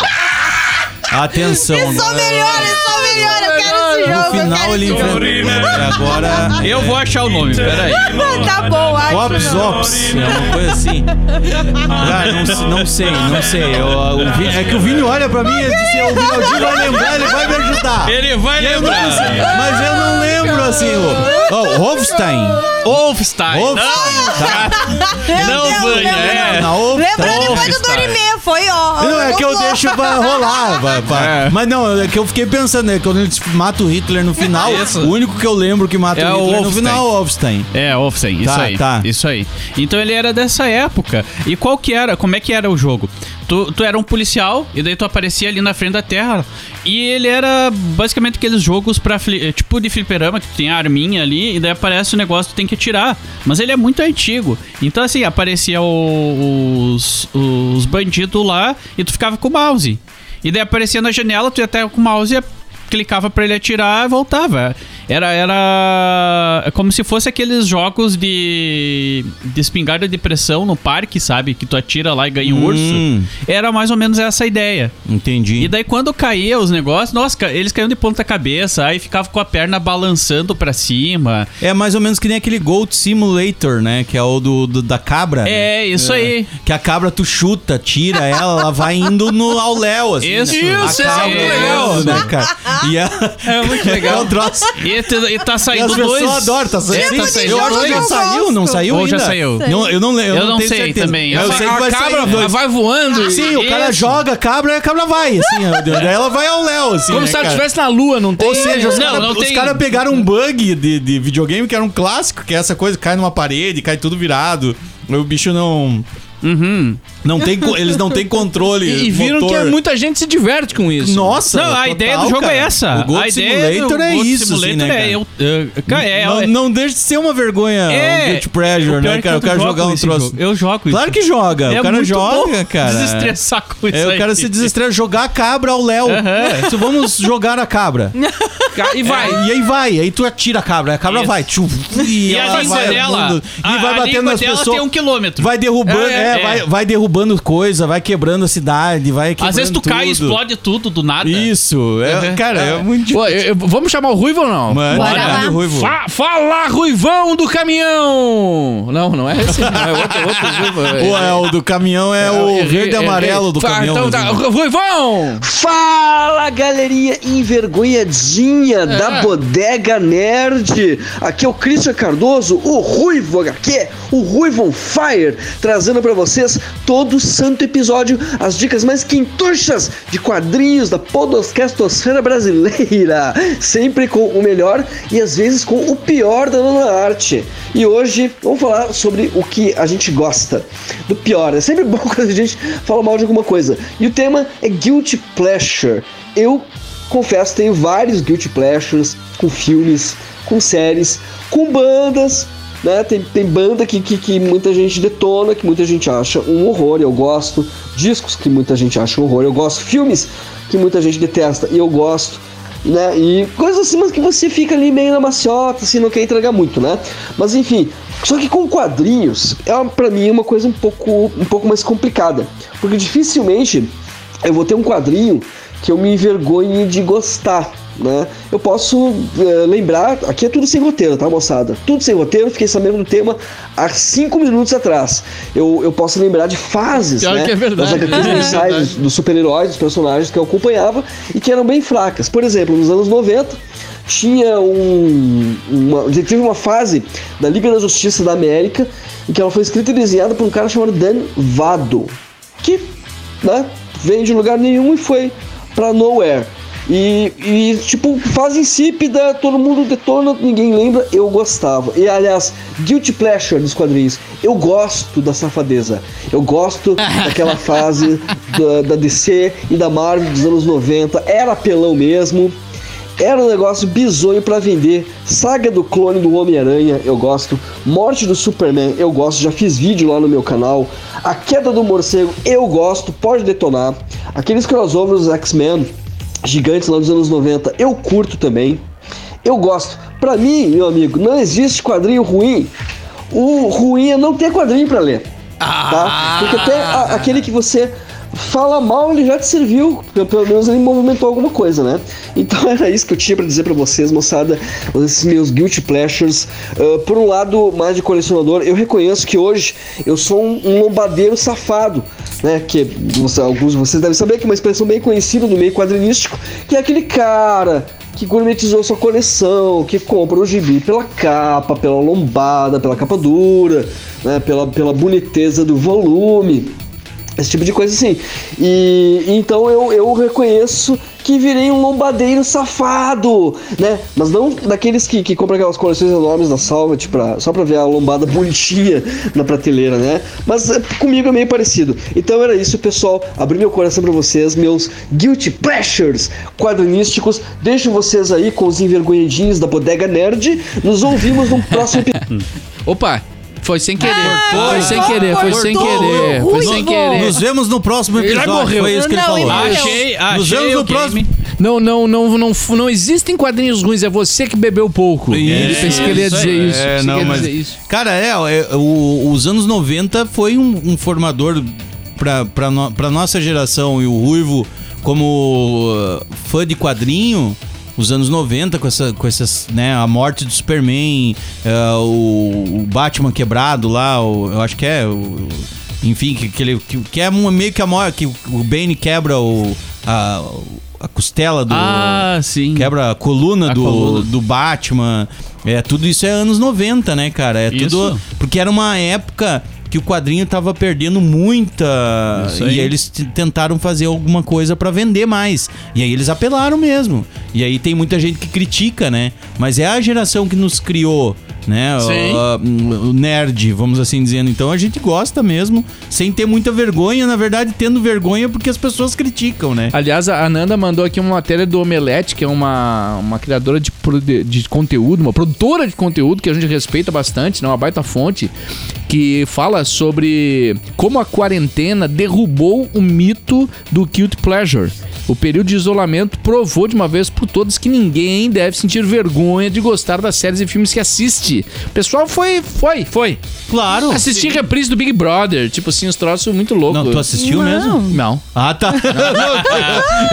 S5: Atenção.
S7: Só
S5: agora-
S7: melhora, só melhora. Ah, Eu quero esse
S5: No
S7: jogo. eu
S5: final
S7: quero
S5: ele
S7: esse jogo.
S5: enfrentou. É, agora.
S6: Eu vou achar o nome, peraí.
S7: Tá bom, acho.
S5: Ops, ops. É uma coisa assim. Ah, não, se- não sei, não sei. Eu- o Vini- é que o Vini olha pra mim e disse: o Vinaldinho vai lembrar, ele vai me ajudar.
S6: Ele vai
S5: Eu não-
S6: lembrar.
S5: mas eu não lembro assim. O, Ó, o Hofstein.
S6: Wolfstein.
S5: Hofstein. Tá.
S7: Meu
S6: Não,
S7: Deus,
S6: Vânia,
S7: lembra-
S6: é.
S5: Não, Hofstein.
S7: Lembrando depois do
S6: Wolfenstein.
S7: Dorime, foi ó.
S5: Não, é
S7: ó,
S5: que eu
S7: ó.
S5: deixo pra rolar. vai, vai.
S6: É.
S5: Mas não, é que eu fiquei pensando, é que quando eles matam o Hitler no final,
S6: Isso.
S5: o único que eu lembro que mata
S6: É
S5: o
S6: o
S5: Hitler no
S6: Wolfenstein.
S5: final é o Wolfenstein.
S6: É, Wolfenstein, isso
S5: Tá,
S6: aí.
S5: tá.
S6: Isso aí. Então ele era dessa época. E qual que era? Como é que era o jogo? Tu, tu era um policial e daí tu aparecia ali na frente da terra. E ele era basicamente aqueles jogos para tipo de fliperama que tu tem a arminha ali e daí aparece o negócio que tu tem que atirar. Mas ele é muito antigo. Então assim, aparecia o- os, os bandidos lá e tu ficava com o mouse. E daí aparecia na janela, tu ia até com o mouse e clicava pra ele atirar e voltava. Era, era como se fosse aqueles jogos de, de espingarda de pressão no parque, sabe? Que tu atira lá e ganha um
S5: Hum.
S6: urso. Era mais ou menos essa a ideia.
S5: Entendi.
S6: E daí quando caía os negócios, nossa, ca- eles caíam de ponta cabeça, aí ficava com a perna balançando pra cima.
S5: É mais ou menos que nem aquele Gold Simulator, né? Que é o do, do- da cabra. né?
S6: É, isso aí.
S5: Que a cabra tu chuta, tira ela, ela vai indo no ao léu, assim.
S6: Isso,
S5: né?
S6: isso,
S5: a
S6: é
S5: cabra,
S6: muito legal.
S5: isso, né, cara? E a, é muito legal. um troço.
S6: E, te- e tá
S5: E as
S6: saindo
S5: pessoas
S6: dois.
S5: adoram, tá
S6: É,
S5: saindo.
S6: tá
S5: Sim,
S6: saindo
S5: eu acho que
S6: dois.
S5: já saiu, não saiu
S6: Ou
S5: ainda?
S6: já saiu.
S5: Não, eu não lembro.
S6: Eu não sei também.
S5: Eu,
S6: Eu
S5: sei
S2: a
S5: que vai
S2: cabra
S5: sair dois.
S2: vai voando!
S5: Sim, o cara
S6: Isso.
S5: joga a cabra e a cabra vai, assim. ó, Daí ela vai ao Léo, assim.
S4: Como
S5: né,
S4: se ela
S5: cara?
S4: estivesse na lua, não tem?
S5: Ou seja, os
S6: Não,
S5: caras
S6: não tem-
S5: pegaram um bug de, de videogame que era um clássico, que é essa coisa, cai numa parede, cai tudo virado. O bicho não.
S6: Uhum.
S5: não tem, co- eles não têm controle.
S4: E viram
S6: é
S5: motor.
S4: que é muita gente se diverte com isso.
S5: Nossa,
S6: Não, a
S5: total,
S6: ideia do jogo
S5: cara.
S6: é essa.
S5: O Gold
S6: a ideia
S5: Simulator
S6: do
S5: é
S6: Gold
S5: isso, assim, né,
S6: Simulator
S5: cara?
S6: é, eu- eu- cara, é-
S5: não,
S6: é-
S5: não deixa de ser uma vergonha,
S6: É.
S5: um guilty pleasure,
S6: o pior
S5: né,
S6: é que
S5: cara?
S6: eu
S5: O cara
S6: jogo
S5: jogar um
S6: esse
S5: troço.
S6: jogo. Eu jogo isso.
S5: Claro que joga,
S6: É
S5: o cara
S6: muito
S5: joga,
S6: bom
S5: cara.
S6: Desestressar com isso
S5: É,
S6: aí.
S5: o cara se desestressa, jogar a cabra ao Léo.
S6: Aham.
S5: Isso, Vamos jogar a cabra.
S4: Ca- E vai.
S5: É, e aí vai, aí tu atira a cabra, a cabra
S6: Isso.
S5: vai. tchum, e,
S6: E
S5: ela
S6: a língua
S5: vai
S6: dela.
S5: andando, e vai batendo nas
S6: dela
S5: pessoas.
S6: tem um quilômetro.
S5: Vai derrubando,
S6: É,
S5: é,
S6: é.
S5: Vai, vai derrubando coisa, vai quebrando a cidade, vai quebrando
S6: Às vezes tu cai e
S5: tudo.
S6: explode tudo do nada.
S5: Isso, é,
S6: Uhum.
S5: cara, é muito
S4: Pô, eu- eu- vamos chamar o Ruivo ou não?
S5: Mano,
S7: Bora
S5: olha,
S7: lá.
S5: do Ruivo.
S4: Fa- fala, Ruivão do caminhão! Não, não é esse. Não, é outro, outro Ruivo.
S5: Pô, é, o do caminhão é
S4: Eu
S5: o
S4: errei,
S5: verde e amarelo do
S4: errei. Fa-
S5: caminhão. né?
S4: Então, tá, Ruivão!
S1: Fala galerinha envergonhadinha da Bodega Nerd! Aqui é o Christian Cardoso, o Ruivo HQ, o Ruivo on Fire, trazendo pra vocês todo santo episódio as dicas mais quintuchas de quadrinhos da podoscastosfera brasileira, sempre com o melhor e às vezes com o pior da nona arte. E hoje vamos falar sobre o que a gente gosta. Do pior, é sempre bom quando a gente fala mal de alguma coisa. E o tema é Guilty Pleasure. Eu confesso, tenho vários Guilty Pleasures com filmes, com séries, com bandas. Né? Tem, tem banda que, que, que muita gente detona, que muita gente acha um horror, eu gosto. Discos que muita gente acha um horror, eu gosto. Filmes que muita gente detesta e eu gosto. né? E coisas assim, mas que você fica ali meio na maciota, assim, não quer entregar muito, né? Mas enfim, só que com quadrinhos é uma- pra mim uma coisa um pouco, um pouco mais complicada, porque dificilmente eu vou ter um quadrinho que eu me envergonhe de gostar. Né? Eu posso eh, lembrar, aqui é tudo sem roteiro, tá moçada? Tudo sem roteiro, fiquei sabendo do tema há cinco minutos atrás. Eu, eu posso lembrar de fases
S2: Pior
S1: né,
S2: que é verdade.
S1: das HQs
S2: É
S1: mensais
S2: verdade.
S1: dos- dos super-heróis, dos personagens que eu acompanhava e que eram bem fracas. Por exemplo, nos anos 90 tinha um. Uma, teve uma fase da Liga da Justiça da América em que ela foi escrita e desenhada por um cara chamado Dan Vado, que né, veio de lugar nenhum e foi pra Nowhere. E, e, tipo, fase insípida, todo mundo detona, ninguém lembra, eu gostava. E aliás, Guilty Pleasure dos quadrinhos. Eu gosto da safadeza. Eu gosto daquela fase da, da DC e da Marvel dos anos 90. Era pelão mesmo. Era um negócio bizonho pra vender. Saga do clone do Homem-Aranha, eu gosto. Morte do Superman, eu gosto. Já fiz vídeo lá no meu canal. A queda do morcego, eu gosto. Pode detonar. Aqueles crossovers dos X-Men, gigantes lá dos anos 90, eu curto também. Eu gosto. Pra mim, meu amigo, não existe quadrinho ruim. O ruim é não ter quadrinho pra ler. Tá? Porque até a- aquele que você fala mal, ele já te serviu. Pelo, pelo menos ele movimentou alguma coisa, né? Então era isso que eu tinha pra dizer pra vocês, moçada. Esses meus guilty pleasures. Ah, por um lado, mais de colecionador, eu reconheço que hoje eu sou um, um lombadeiro safado. Né, que você- alguns de vocês devem saber que é uma expressão bem conhecida no meio quadrinístico, que é aquele cara que gourmetizou sua coleção, que compra o gibi pela capa, pela lombada, pela capa dura, né, pela, pela boniteza do volume, esse tipo de coisa assim. E então eu, eu reconheço que virei um lombadeiro safado, né? Mas não daqueles que, que compram aquelas coleções enormes da Salvat pra, só pra ver a lombada bonitinha na prateleira, né? Mas eh, comigo é meio parecido. Então era isso, pessoal. Abri meu coração pra vocês, meus guilty pleasures quadrinísticos. Deixo vocês aí com os envergonhadinhos da Bodega Nerd. Nos ouvimos no próximo episódio.
S4: Opa, foi sem querer. foi sem
S7: Ah, cortou,
S4: querer, foi sem
S7: cortou,
S4: querer. Foi sem
S7: Ruivo.
S4: querer.
S5: Nos vemos no próximo
S4: Ele
S5: episódio.
S4: morreu.
S5: Foi isso que ele
S7: Não,
S5: falou.
S7: ele morreu.
S6: Ah, Achei,
S5: Nos
S6: achei.
S5: vemos
S6: o
S5: no próximo.
S6: game.
S4: Não, não, não, não, não, existem quadrinhos ruins, é você que bebeu pouco. Ele pensei que ele ia
S5: isso aí.
S4: dizer isso.
S5: É,
S4: pensei
S5: não,
S4: que ele ia
S5: mas-
S4: dizer isso.
S5: Cara, é, ó, é, o- os anos 90 foi um, um formador pra, pra, no- pra nossa geração e o Ruivo, como uh, fã de quadrinho, os anos 90, com, essa, com essas, né, a morte do Superman, é, o, o Batman quebrado lá, o- eu acho que é. o- enfim, que, que, ele- que, que é uma- meio que a morte, que o Bane quebra o, a, a costela do
S6: Ah, sim.
S5: quebra a coluna,
S6: A
S5: do,
S6: coluna.
S5: do Batman. É, tudo isso é anos 90, né, cara? É
S6: Isso.
S5: tudo. Porque era uma época que o quadrinho tava perdendo muita.
S6: Isso aí.
S5: E eles t- tentaram fazer alguma coisa pra vender mais. E aí eles apelaram mesmo. E aí tem muita gente que critica, né? Mas é a geração que nos criou, né? O-
S2: Sim.
S5: a- O, nerd, vamos assim dizendo. Então a gente gosta mesmo, sem ter muita vergonha. Na verdade, tendo vergonha porque as pessoas criticam, né?
S4: Aliás, a Ananda mandou aqui uma matéria do Omelete, que é uma, uma criadora de, produ- de conteúdo, uma produtora de conteúdo que a gente respeita bastante, né? uma baita fonte, que fala sobre como a quarentena derrubou o mito do cute pleasure. O período de isolamento provou de uma vez por todas que ninguém deve sentir vergonha de gostar das séries e filmes que assiste. O pessoal foi, foi, foi.
S5: Claro.
S4: Assistir reprise do Big Brother, tipo assim, uns troços muito loucos.
S5: Não, tu assistiu mesmo?
S4: Não.
S5: Ah, tá.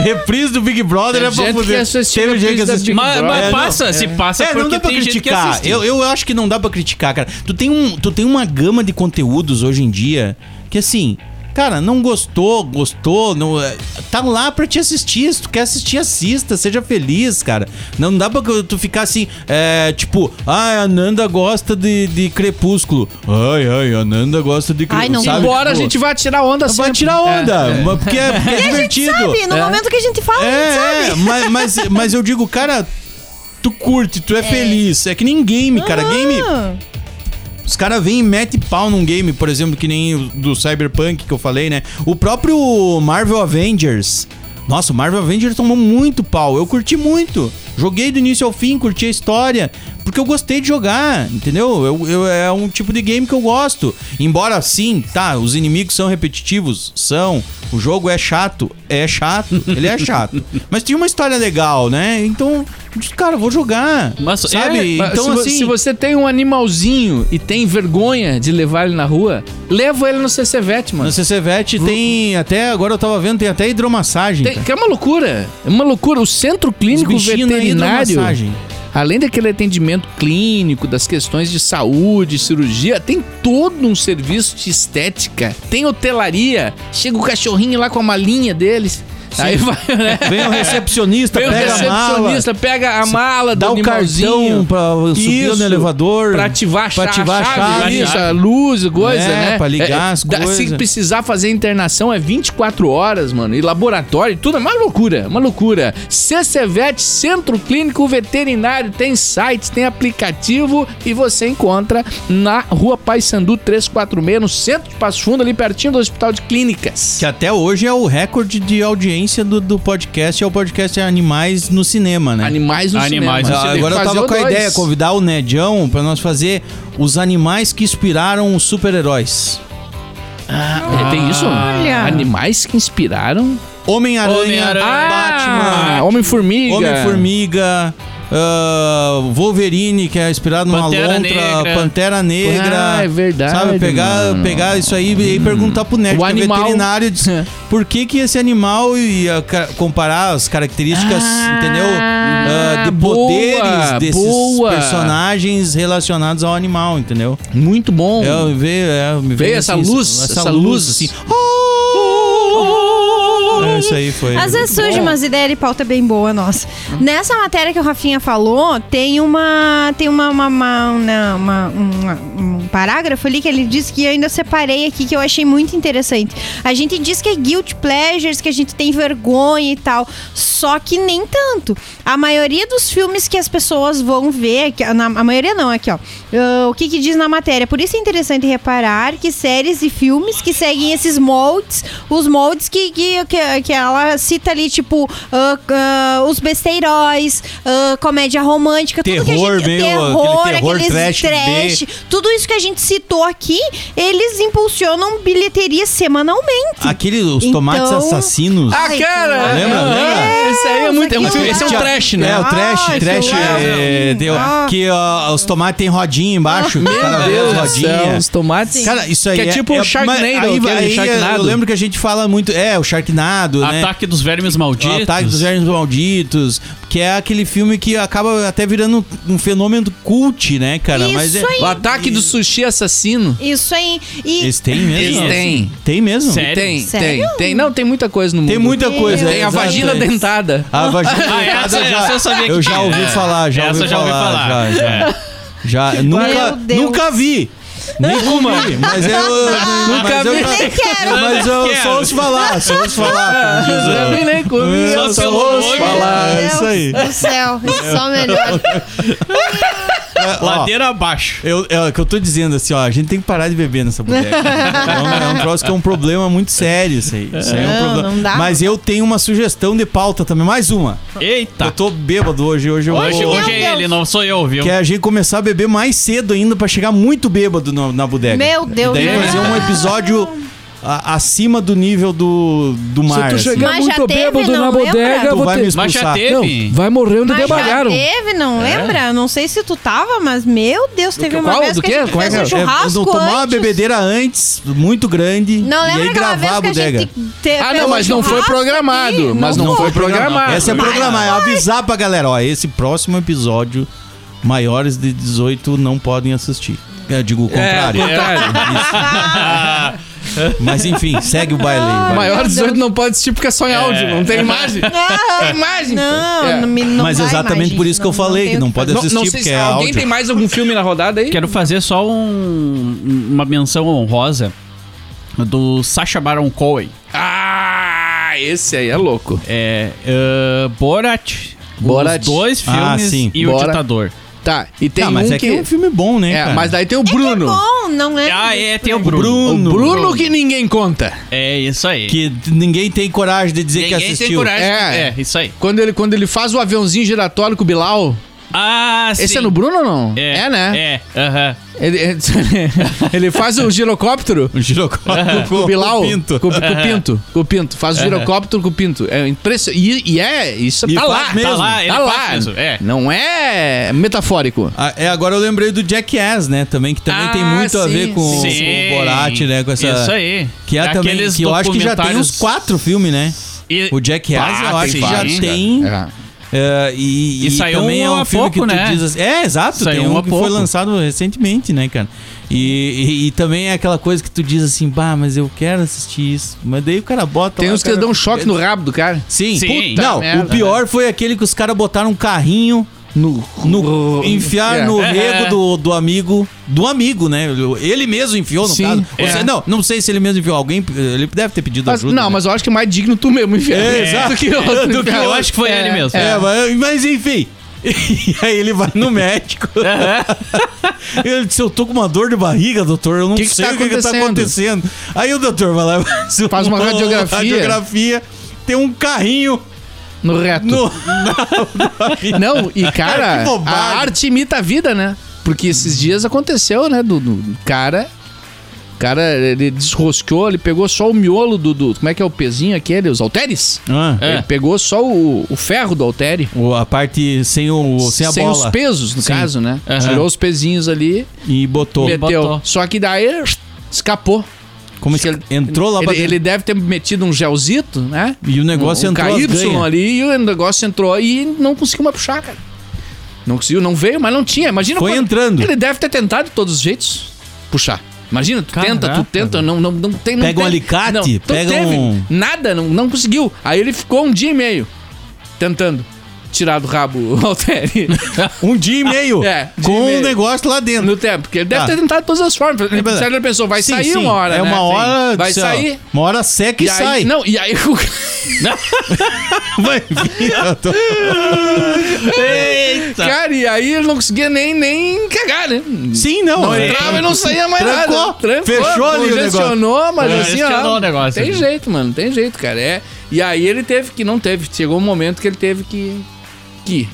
S5: Reprise do Big Brother
S4: Teve
S5: é pra
S4: gente que
S5: poder.
S4: assistiu
S5: Teve gente
S4: reprise
S5: que
S4: da
S5: assistiu.
S4: Big
S6: Mas, mas
S4: Brother.
S5: É, não,
S6: passa, se passa
S5: É,
S6: porque
S5: não dá pra
S6: tem gente que
S5: criticar.
S6: assiste.
S5: Eu, eu acho que não dá pra criticar, cara. Tu tem, um, tu tem uma gama de conteúdos hoje em dia que assim. Cara, não gostou, gostou, não, é, tá lá pra te assistir. Se tu quer assistir, assista, seja feliz, cara. Não dá pra que tu ficar assim, é, tipo, ai, a Nanda gosta de, de crepúsculo. Ai, ai, a Nanda gosta de
S7: Ai, não.
S5: crepúsculo. sabe?
S4: Embora a
S5: Tipo,
S4: gente vá tirar onda assim,
S5: Vai
S4: sempre.
S5: tirar onda,
S4: É, é.
S5: mas porque é, porque é divertido.
S7: Sabe? No momento que a gente fala, a gente sabe.
S5: É, é, mas, mas, mas eu digo, cara, tu curte, tu é, feliz. É que nem game, cara. Game,
S7: Ah,
S5: os caras vêm e metem pau num game, por exemplo, que nem o do Cyberpunk que eu falei, né? O próprio Marvel Avengers. Nossa, o Marvel Avengers tomou muito pau. Eu curti muito. Joguei do início ao fim, curti a história. porque eu gostei de jogar, entendeu? Eu, eu- é um tipo de game que eu gosto. Embora sim, tá, os inimigos são repetitivos, são. O jogo é chato, é chato, ele é chato. Mas tem uma história legal, né? Então, cara, eu vou jogar.
S6: Mas-
S5: sabe?
S6: é,
S5: então,
S4: se, vo-
S5: assim.
S4: se você tem um animalzinho e tem vergonha de levar ele na rua, leva ele no CCVET, mano.
S5: No CCVET tem até, agora eu tava vendo, tem até hidromassagem.
S4: Tem-
S5: cara.
S4: que é uma loucura. É uma loucura. O centro
S5: Os
S4: clínico
S5: bichinhos na
S4: veterinário,
S5: hidromassagem.
S4: além daquele atendimento clínico, das questões de saúde, cirurgia, tem todo um serviço de estética. Tem hotelaria. Chega o cachorrinho lá com a malinha deles. Aí vai, né?
S5: Vem o recepcionista,
S4: Vem o
S5: pega a mala.
S4: recepcionista, pega a mala,
S5: Dá
S4: do
S5: o cartão
S4: animalzinho.
S5: pra subir
S4: Isso,
S5: no elevador.
S4: Pra ativar a chave,
S5: Pra ativar a chave.
S4: isso, a luz, coisa,
S5: É,
S4: né?
S5: pra ligar as
S4: dá-
S5: coisas.
S4: Se precisar fazer internação, é 24 horas, mano. E laboratório, tudo é uma loucura, uma loucura. CCVET, Centro Clínico Veterinário, tem site, tem aplicativo e você encontra na Rua Paysandu 346, no centro de Passo Fundo, ali pertinho do Hospital de Clínicas.
S5: Que até hoje é o recorde de audiência do, do podcast, é o podcast Animais no Cinema, né?
S4: Animais no
S6: Animais
S4: cinema.
S6: no
S5: Ah,
S6: cinema.
S5: agora eu
S4: Fazer
S5: tava
S4: o
S5: com a
S4: dois.
S5: ideia, convidar o Nedião pra nós fazer os animais que inspiraram os super-heróis.
S4: Ah, é, tem isso?
S7: Olha.
S4: Animais que inspiraram.
S5: Homem-Aranha,
S6: Homem-Aranha.
S5: É Batman,
S4: Ah, Homem-Formiga.
S5: Homem-Formiga, ah, Wolverine, que é inspirado numa
S6: Pantera
S5: lontra,
S6: Negra.
S5: Pantera Negra.
S4: Ah, é verdade,
S5: Sabe, pegar,
S4: mano. Hum.
S5: pegar isso aí e perguntar pro Nerd,
S4: O
S5: que é
S4: animal.
S5: veterinário, diz, por que que esse animal ia ca- comparar as características,
S4: Ah,
S5: entendeu? Ah, de
S4: boa,
S5: poderes desses
S4: boa.
S5: personagens relacionados ao animal, entendeu?
S4: Muito bom.
S5: É, me veio, é, me veio
S4: Um. Veio essa luz,
S5: essa,
S4: essa
S5: luz,
S4: luz.
S5: assim. É, isso aí foi.
S7: Às vezes surge umas ideias de pauta bem boa nossa. Nessa matéria que o Rafinha falou, tem uma. Tem uma, uma- uma- uma- uma- uma- um parágrafo ali que ele disse que eu ainda separei aqui, que eu achei muito interessante. A gente diz que é guilt pleasures, que a gente tem vergonha e tal. Só que nem tanto. A maioria dos filmes que as pessoas vão ver, que- na- a maioria não, aqui, ó. Ah, o que, que diz na matéria? Por isso é interessante reparar que séries e filmes que seguem esses moldes, os moldes que, que, que, que ela cita ali, tipo, ah, ah, os besteiróis, ah, comédia romântica, tudo que a
S5: Terror,
S7: gente.
S5: meio aquele terror trash, B.
S7: tudo isso que a gente citou aqui, eles impulsionam bilheteria semanalmente.
S5: Aquele, os
S7: Então-
S5: tomates assassinos.
S4: Ah,
S7: Ai,
S4: cara!
S7: cara.
S5: Lembra?
S4: É, Esse aí é muito. É um,
S7: aquilo
S4: esse é um
S7: lá.
S4: trash, né?
S5: É, o trash,
S7: Ah,
S5: trash.
S7: sei lá.
S5: é, deu-
S7: Ah.
S5: Que ó, os tomates tem rodinha embaixo. cada
S4: Meu
S5: vez
S4: Deus do
S5: rodinha.
S4: céu, os tomates.
S5: Cara, isso aí
S4: Que é tipo o Sharknado,
S5: mas aí,
S4: aquele
S5: aí,
S4: Sharknado.
S5: Eu lembro que a gente fala muito. É, o Sharknado, né?
S6: Ataque dos vermes malditos.
S5: O Ataque dos Vermes Malditos, que é aquele filme que acaba até virando um fenômeno cult, né, cara?
S7: Isso
S5: Mas é,
S7: aí.
S4: o ataque do sushi assassino.
S7: Isso aí. E
S5: Eles têm mesmo?
S4: Eles têm.
S5: Tem mesmo?
S6: Sério?
S4: Tem,
S7: Sério?
S4: tem, tem. Não, tem muita coisa no mundo.
S5: Tem muita coisa.
S4: Tem
S5: é,
S4: a
S5: exato,
S4: vagina
S5: é.
S4: dentada.
S5: A vagina
S6: Ah,
S5: dentada
S6: essa-
S5: já,
S6: essa eu sabia que
S5: já
S6: tinha.
S5: ouvi falar, já
S6: Essa
S5: ouvi
S6: eu já ouvi
S5: falar.
S6: falar. É,
S5: Já, já. Já, nunca,
S7: Deus.
S5: nunca vi. Nenhuma. Mas eu... mas eu,
S4: vi.
S7: nem quero. Ah,
S5: Mas eu
S6: Quero.
S5: só ouço falar, só ouço falar. como diz o-
S4: Eu nem comi.
S5: Eu
S6: pelo nome.
S5: falar. É isso aí.
S7: Meu Deus do céu, isso é só melhor.
S5: É, Ó,
S6: Ladeira abaixo.
S5: Eu, é o que eu tô dizendo assim, ó, a gente tem que parar de beber nessa boneca. é, um, é um troço que é um problema muito sério, isso aí. Isso aí é um
S7: Não,
S5: problema.
S7: não dá.
S5: Mas eu tenho uma sugestão de pauta também, mais uma. Eu
S6: Eita.
S5: tô bêbado hoje, hoje eu
S6: Tá. Hoje,
S5: vou.
S6: hoje é ele, não sou eu, viu?
S5: Que é a gente começar a beber mais cedo ainda pra chegar muito bêbado no- na bodega.
S7: Meu Deus.
S5: É. Daí
S7: do
S5: fazer
S7: céu.
S5: um episódio a- acima do nível do, do
S4: Se
S5: mar.
S4: tu
S5: assim.
S4: chegar
S7: Mas já
S4: muito
S7: teve,
S4: bêbado
S7: não
S4: na
S7: lembra?
S4: bodega, eu
S5: tu
S4: vou
S5: vai me
S4: ter...
S6: Mas já
S5: expulsar.
S6: teve.
S4: Não, vai morrer onde
S7: Mas já
S4: debagaram.
S7: teve, não lembra? Não sei se tu tava, mas meu Deus, teve uma
S4: Qual?
S7: vez
S4: É. Do
S7: que
S4: quê?
S7: a gente
S4: Como é
S7: fez
S4: que
S7: um
S4: é?
S7: churrasco
S5: não, tomar uma
S7: antes.
S5: bebedeira antes, muito grande,
S7: Não
S5: e
S7: lembra
S5: aí
S7: aquela
S5: gravar
S7: vez que
S5: a
S7: a
S5: bodega.
S7: gente te-
S4: Ah,
S7: fez
S4: não,
S7: um
S4: mas não foi
S7: churrasco aqui?
S4: programado. Mas não foi programado.
S5: Essa é programar, é avisar pra galera, ó, esse próximo episódio, maiores de 18 não podem assistir. Eu digo o
S4: É.
S5: contrário.
S6: É.
S5: Mas enfim, segue o baile. aí, vai.
S4: Maior 18 não pode assistir porque é só em áudio, não tem imagem.
S7: Ah,
S4: Tem imagem.
S7: Não,
S4: É.
S7: não, me- não
S5: Mas
S7: vai mais,
S5: exatamente por
S7: gente,
S5: isso que eu falei,
S7: tem
S5: que
S7: o
S5: não pode
S4: Não,
S5: assistir
S4: não sei
S5: porque
S4: se
S5: é
S4: alguém
S5: áudio. é-
S4: tem mais algum filme na rodada aí?
S6: Quero fazer só um- uma menção honrosa do Sacha Baron Cohen.
S4: Ah, esse aí é louco.
S6: É, ah, Borat.
S4: Borat.
S6: Os dois filmes
S5: Ah, sim.
S6: e o
S4: Borat.
S6: ditador.
S4: Tá, e tem
S5: Ah,
S4: um
S5: mas é
S4: que...
S5: que é um filme bom, né,
S4: É,
S5: cara?
S4: mas daí tem o
S7: É que é
S4: Bruno.
S7: bom, não é?
S6: Ah, é, tem o
S5: O
S6: Bruno.
S5: Bruno,
S4: O Bruno que ninguém conta.
S6: É isso aí.
S5: que ninguém tem coragem de dizer que
S6: Ninguém
S5: assistiu.
S6: tem coragem.
S4: É.
S6: É. isso aí.
S4: Quando ele, quando ele faz o aviãozinho giratório com o Bilal,
S6: Ah, sim.
S4: Esse é no Bruno ou não?
S6: É,
S4: né?
S6: É, aham.
S4: Ele, ele faz o girocóptero
S5: Um girocóptero
S4: com o Bilal.
S5: pinto.
S4: Com, com o Pinto. Com o Pinto. Faz o girocóptero com o Pinto. É impressionante. E, e é, isso
S5: E
S4: tá
S5: faz
S4: lá.
S5: mesmo.
S4: Tá lá.
S6: Ele
S4: tá
S6: faz
S4: lá.
S6: mesmo, é.
S4: Não é metafórico.
S5: Ah, é, agora eu lembrei do Jackass, né? Também, que também
S4: Ah,
S5: tem muito a
S4: sim,
S5: ver com, o-
S6: Sim.
S5: com o Borat, né? Com essa,
S6: Isso aí.
S5: Que é também,
S6: Aqueles
S5: que eu acho que já tem
S6: documentários-
S5: uns quatro filmes, né?
S6: E- Ah,
S5: O Jackass,
S6: Bah,
S5: eu acho
S6: tem
S5: que já
S6: vários,
S5: tem.
S4: É.
S5: É, e,
S6: E saiu
S5: também
S6: um
S5: é um
S6: há
S5: filme
S6: pouco,
S5: que tu
S6: né?
S5: diz assim, É, exato,
S6: Saiu
S5: tem
S6: um
S5: um
S6: há
S5: que
S6: pouco.
S5: foi lançado recentemente, né, cara? E, e- e também é aquela coisa que tu diz assim, bah, mas eu quero assistir isso. Mas daí o cara bota.
S4: Tem
S5: lá,
S4: uns
S5: o
S4: que
S5: é cara-
S4: dão um choque no rabo do cara.
S5: Sim,
S6: Sim. né?
S5: Puta não,
S4: merda,
S5: o pior foi aquele que os caras botaram um carrinho.
S4: No.
S5: No, enfiar
S4: É.
S5: no
S6: É.
S5: rego do, do amigo. Do amigo, né? Ele mesmo enfiou, no
S4: Sim,
S5: caso. Ou
S4: é.
S5: seja, não, não sei se ele mesmo enfiou. Alguém. Ele deve ter pedido
S4: Mas-
S5: ajuda.
S4: não,
S5: né?
S4: mas eu acho que é mais digno tu mesmo enfiar.
S5: É, exato.
S4: Do que outro
S5: Do que
S4: enfiar.
S6: Eu acho que foi
S4: É.
S6: ele mesmo.
S5: É, mas, mas enfim. E aí ele vai no médico. ele disse, eu tô com uma dor de barriga, doutor. Eu não
S4: Que que
S5: sei
S4: tá
S5: o que, que tá
S4: acontecendo?"
S5: acontecendo. Aí o doutor vai lá e um
S4: Faz uma radiografia.
S5: radiografia, Tem um carrinho
S4: No reto.
S5: no...
S4: Não, e
S5: Que
S4: cara,
S5: bobagem.
S4: a arte imita a vida, né? Porque esses dias aconteceu, né, do, do cara. O cara, ele desrosqueou, ele pegou só o miolo do. do- como é que é o pezinho aquele? Os halteres?
S5: Ah,
S4: Ele pegou só o, o ferro do haltere.
S5: o- A parte sem, o, sem a
S4: os
S5: bola.
S4: pesos, no
S5: Sim.
S4: caso, né?
S6: Aham.
S4: Tirou os pezinhos ali,
S5: E botou.
S4: meteu.
S6: botou.
S4: Só que daí escapou.
S5: Como se
S4: Ele-
S5: entrou lá pra
S4: ele, ele deve ter metido um gelzito, né?
S5: E o negócio
S4: um, um
S5: entrou as
S4: KY
S5: ganhas.
S4: ali e o negócio entrou e não conseguiu mais puxar, cara. Não conseguiu, não veio, mas não tinha. Imagina
S5: Foi
S4: quando-
S5: entrando.
S4: Ele deve ter tentado de todos os jeitos puxar. Imagina, tu
S5: Caraca,
S4: tenta, tu tenta, não, não, não tem. Não
S5: Pega um
S4: teve.
S5: alicate,
S4: não, não
S5: pega
S4: teve
S5: um-
S4: Nada, não, não conseguiu. Aí ele ficou um dia e meio tentando tirar do rabo o Alteri
S5: Um dia e meio.
S4: É, dia e
S5: com um
S4: meio.
S5: negócio lá dentro.
S4: no tempo. Porque ele deve
S5: Tá.
S4: ter tentado de todas as formas. Ele
S5: beleza.
S4: ele pensou, vai
S5: Sim,
S4: sair
S5: sim.
S4: uma hora. né?
S5: É uma hora.
S4: Vai
S5: sei lá,
S4: sair.
S5: Uma hora seca e,
S4: E aí,
S5: sai.
S4: Não, e aí o
S5: Vai vir. eu tô- Tá.
S4: cara, e aí ele não conseguia nem, nem cagar, né?
S5: Sim, não.
S4: Não
S5: é.
S4: entrava e não saía mais
S5: Trancou.
S4: nada.
S5: Fechou ali o
S4: Congestionou, mas
S6: É,
S4: assim,
S6: gestionou
S4: ó.
S6: o negócio.
S4: Tem jeito, mano. Tem jeito, cara. É. E aí ele teve que, não teve. Chegou um momento que ele teve que. Que.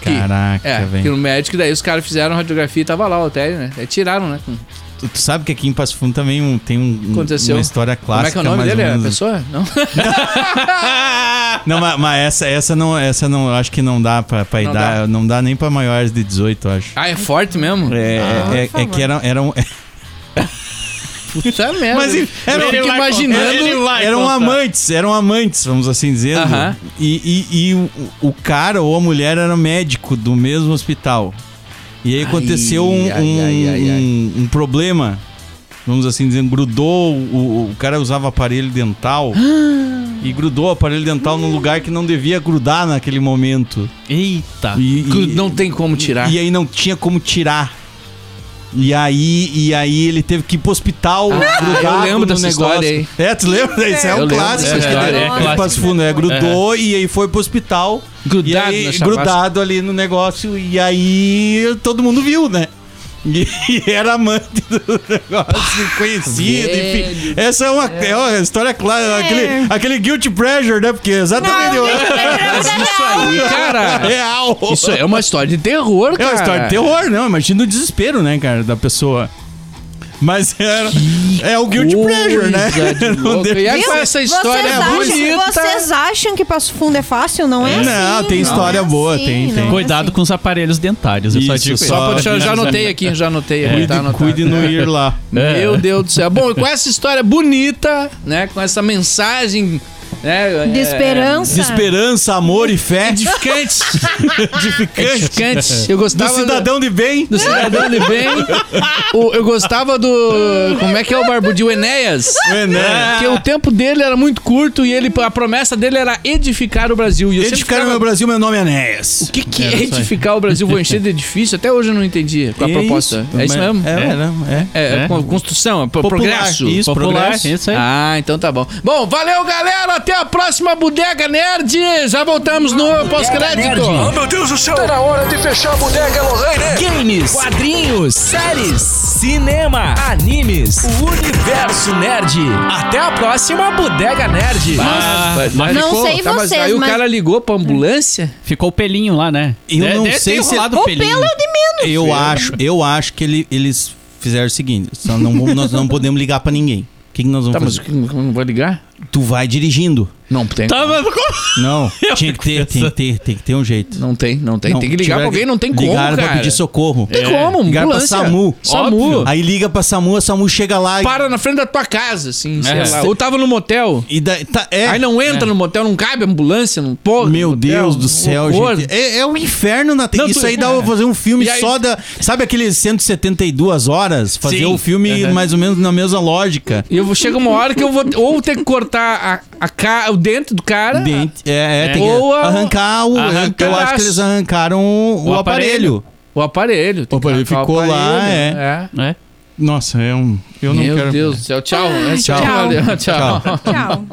S4: que-
S5: Caraca,
S4: É, que
S5: velho.
S4: no médico, daí os caras fizeram radiografia e tava lá o hotel, né? Aí tiraram, né? Com-
S5: Tu, tu sabe que aqui em Passo Fundo também um- tem um,
S4: Aconteceu.
S5: uma história
S4: Como é
S5: clássica.
S4: que é o nome
S5: mais ou
S4: dele? É a
S5: menos.
S4: pessoa? Não.
S5: Não, mas, mas essa, essa não, essa não, eu acho que não dá pra, pra
S4: Não
S5: idade, não dá nem pra maiores de 18, eu acho.
S4: Ah, é forte mesmo?
S5: É, é- é
S7: favor.
S5: que era, era um,
S4: Puta merda.
S5: Mas, enfim, era- um
S4: eu
S5: ele um-
S4: fico
S6: vai contar, ele
S4: imaginando.
S6: vai. Ai,
S5: eram
S6: contar.
S5: amantes, eram amantes, vamos assim dizer.
S4: Aham.
S5: E, e- e o, o cara ou a mulher era médico do mesmo hospital. E aí aconteceu um,
S4: ai,
S5: um,
S4: ai, ai, ai.
S5: um- um problema. Vamos assim dizer, grudou. O, o cara usava aparelho dental. e grudou o aparelho dental num lugar que não devia grudar naquele momento.
S6: Eita.
S5: E,
S4: que
S5: e-
S4: Não tem como tirar.
S5: e aí não tinha como tirar. E aí, e aí ele teve que ir pro hospital grudado
S4: Ah, eu lembro
S5: no
S4: dessa história aí.
S5: É, tu lembra? Isso é
S7: Eu
S5: um
S4: lembro
S5: clássico.
S4: dessa
S5: aqui
S4: história,
S5: de-
S4: é
S5: de
S6: clássico.
S5: Passo Fundo, é, grudou e aí foi pro hospital. e
S4: Grudado na
S5: aí,
S4: chavasca.
S5: grudado ali no negócio. E aí todo mundo viu, né? E, e era amante do negócio,
S4: Ah,
S5: conhecido, enfim. Essa é uma, é uma história clara, aquele, aquele guilty pleasure, né? Porque exatamente
S4: E, cara.
S5: é real.
S4: Isso é uma história de terror,
S5: É
S4: cara.
S5: uma história de terror, não. Imagina o desespero, né, cara, da pessoa. Mas era, é o guilt pleasure, né?
S4: Coisa de
S5: Não,
S4: louco.
S5: deixa-
S4: E
S7: Viu?
S4: essa, essa história
S7: vocês
S4: é
S7: acham,
S4: bonita.
S7: Vocês acham que Passo Fundo é fácil? Não é
S5: Não,
S7: assim,
S5: tem história
S7: é
S5: boa, tem, tem.
S7: não é
S6: Cuidado
S7: assim.
S6: com os aparelhos dentários. Eu só
S5: Isso,
S6: digo
S5: só
S6: isso.
S4: Só pra deixar, eu já anotei aqui, já anotei aqui, tá anotado.
S5: É. Cuide É. no ir lá.
S4: Meu Deus do céu. Bom, e com essa história bonita, né? Com essa mensagem, né?
S7: De esperança.
S6: É,
S5: De esperança, amor e fé.
S4: Edificante.
S5: Edificante.
S4: Edificante. Eu
S5: Do
S4: gostava
S5: cidadão de bem.
S4: Do cidadão de bem. O- eu gostava do. Como é que é o barbudinho? O Enéas.
S5: O Ené.
S4: Porque o tempo dele era muito curto e ele, a promessa dele era edificar o Brasil. E eu sempre
S5: Edificaram
S4: ficava-
S5: meu Brasil, meu nome é Enéas.
S4: O que, que é edificar o Brasil? Vou encher de edifício? Até hoje eu não entendi qual a proposta. é isso mesmo?
S5: É,
S4: É.
S5: é, não, é.
S4: É,
S6: É.
S4: construção, é pro-
S5: Popular,
S4: progresso.
S5: isso,
S4: Popular.
S6: progresso, isso aí.
S4: Ah, então tá bom. Bom, valeu, galera. Até até a próxima Bodega Nerd. Já voltamos no pós-crédito.
S3: Nerd.
S8: meu Deus do céu! Tá na hora de fechar a bodega Lorraine!
S3: Games, quadrinhos, séries, cinema, animes, o universo nerd. Até a próxima Bodega Nerd.
S6: mas
S7: Não
S6: ficou,
S7: sei
S4: Tá, Ah, mas
S7: vocês,
S4: aí o
S7: mas
S4: cara ligou pra ambulância?
S6: ficou o pelinho lá, né?
S5: Eu não sei se-
S6: rolado
S7: o
S6: o
S7: pelo
S6: pelinho.
S7: é o de menos.
S5: Eu acho, eu acho que ele- eles fizeram o seguinte: só não vamos- nós não podemos ligar pra ninguém. O que, que nós vamos
S4: Tá, mas
S5: fazer?
S4: eu não vou ligar?
S5: Tu vai dirigindo.
S4: Não tem.
S5: é
S6: Tá, mas como?
S5: Não,
S6: Eu
S5: tinha que ter,
S6: fico
S5: tem que ter, tem que ter um jeito.
S4: Não tem, não tem.
S5: Não,
S4: tem que ligar
S5: tiver-
S4: pra alguém, não tem como,
S5: Ligaram
S4: cara.
S5: pra pedir socorro.
S6: É.
S4: Não tem como, um
S5: Ligaram pra
S4: ambulância. um.
S5: SAMU.
S4: SAMU.
S5: Óbvio. Aí liga pra SAMU, a SAMU chega lá e-
S4: Para na frente da tua casa, assim, sei
S6: É.
S4: lá. Ou tava no motel.
S5: e... daí- tá- é,
S4: Aí não entra no motel, não cabe ambulância, não pode.
S5: Meu Deus
S4: um
S5: do céu, gente. É, é um inferno na
S4: Não,
S5: Isso
S4: tu-
S5: aí dá pra fazer um filme
S4: E aí-
S5: só da. Sabe aqueles 172 horas? Fazer
S4: Sim.
S5: o filme mais ou menos na mesma lógica.
S4: E eu vou, chega uma hora que eu vou ou ter que cortar a, a ca- o dente do cara.
S5: Dente- É, é, tem
S4: Ou
S5: que
S4: a-
S5: arrancar o.
S4: arrancar
S5: eu acho que eles arrancaram o, o aparelho.
S4: O aparelho. tem
S5: O aparelho
S4: que arrancar
S5: ficou lá,
S4: é.
S6: É.
S5: Nossa, é um. Eu não
S4: Meu
S5: quero.
S4: Deus do céu. Tchau. né?
S5: Tchau.
S4: Tchau. Tchau.
S5: Tchau.
S7: Tchau.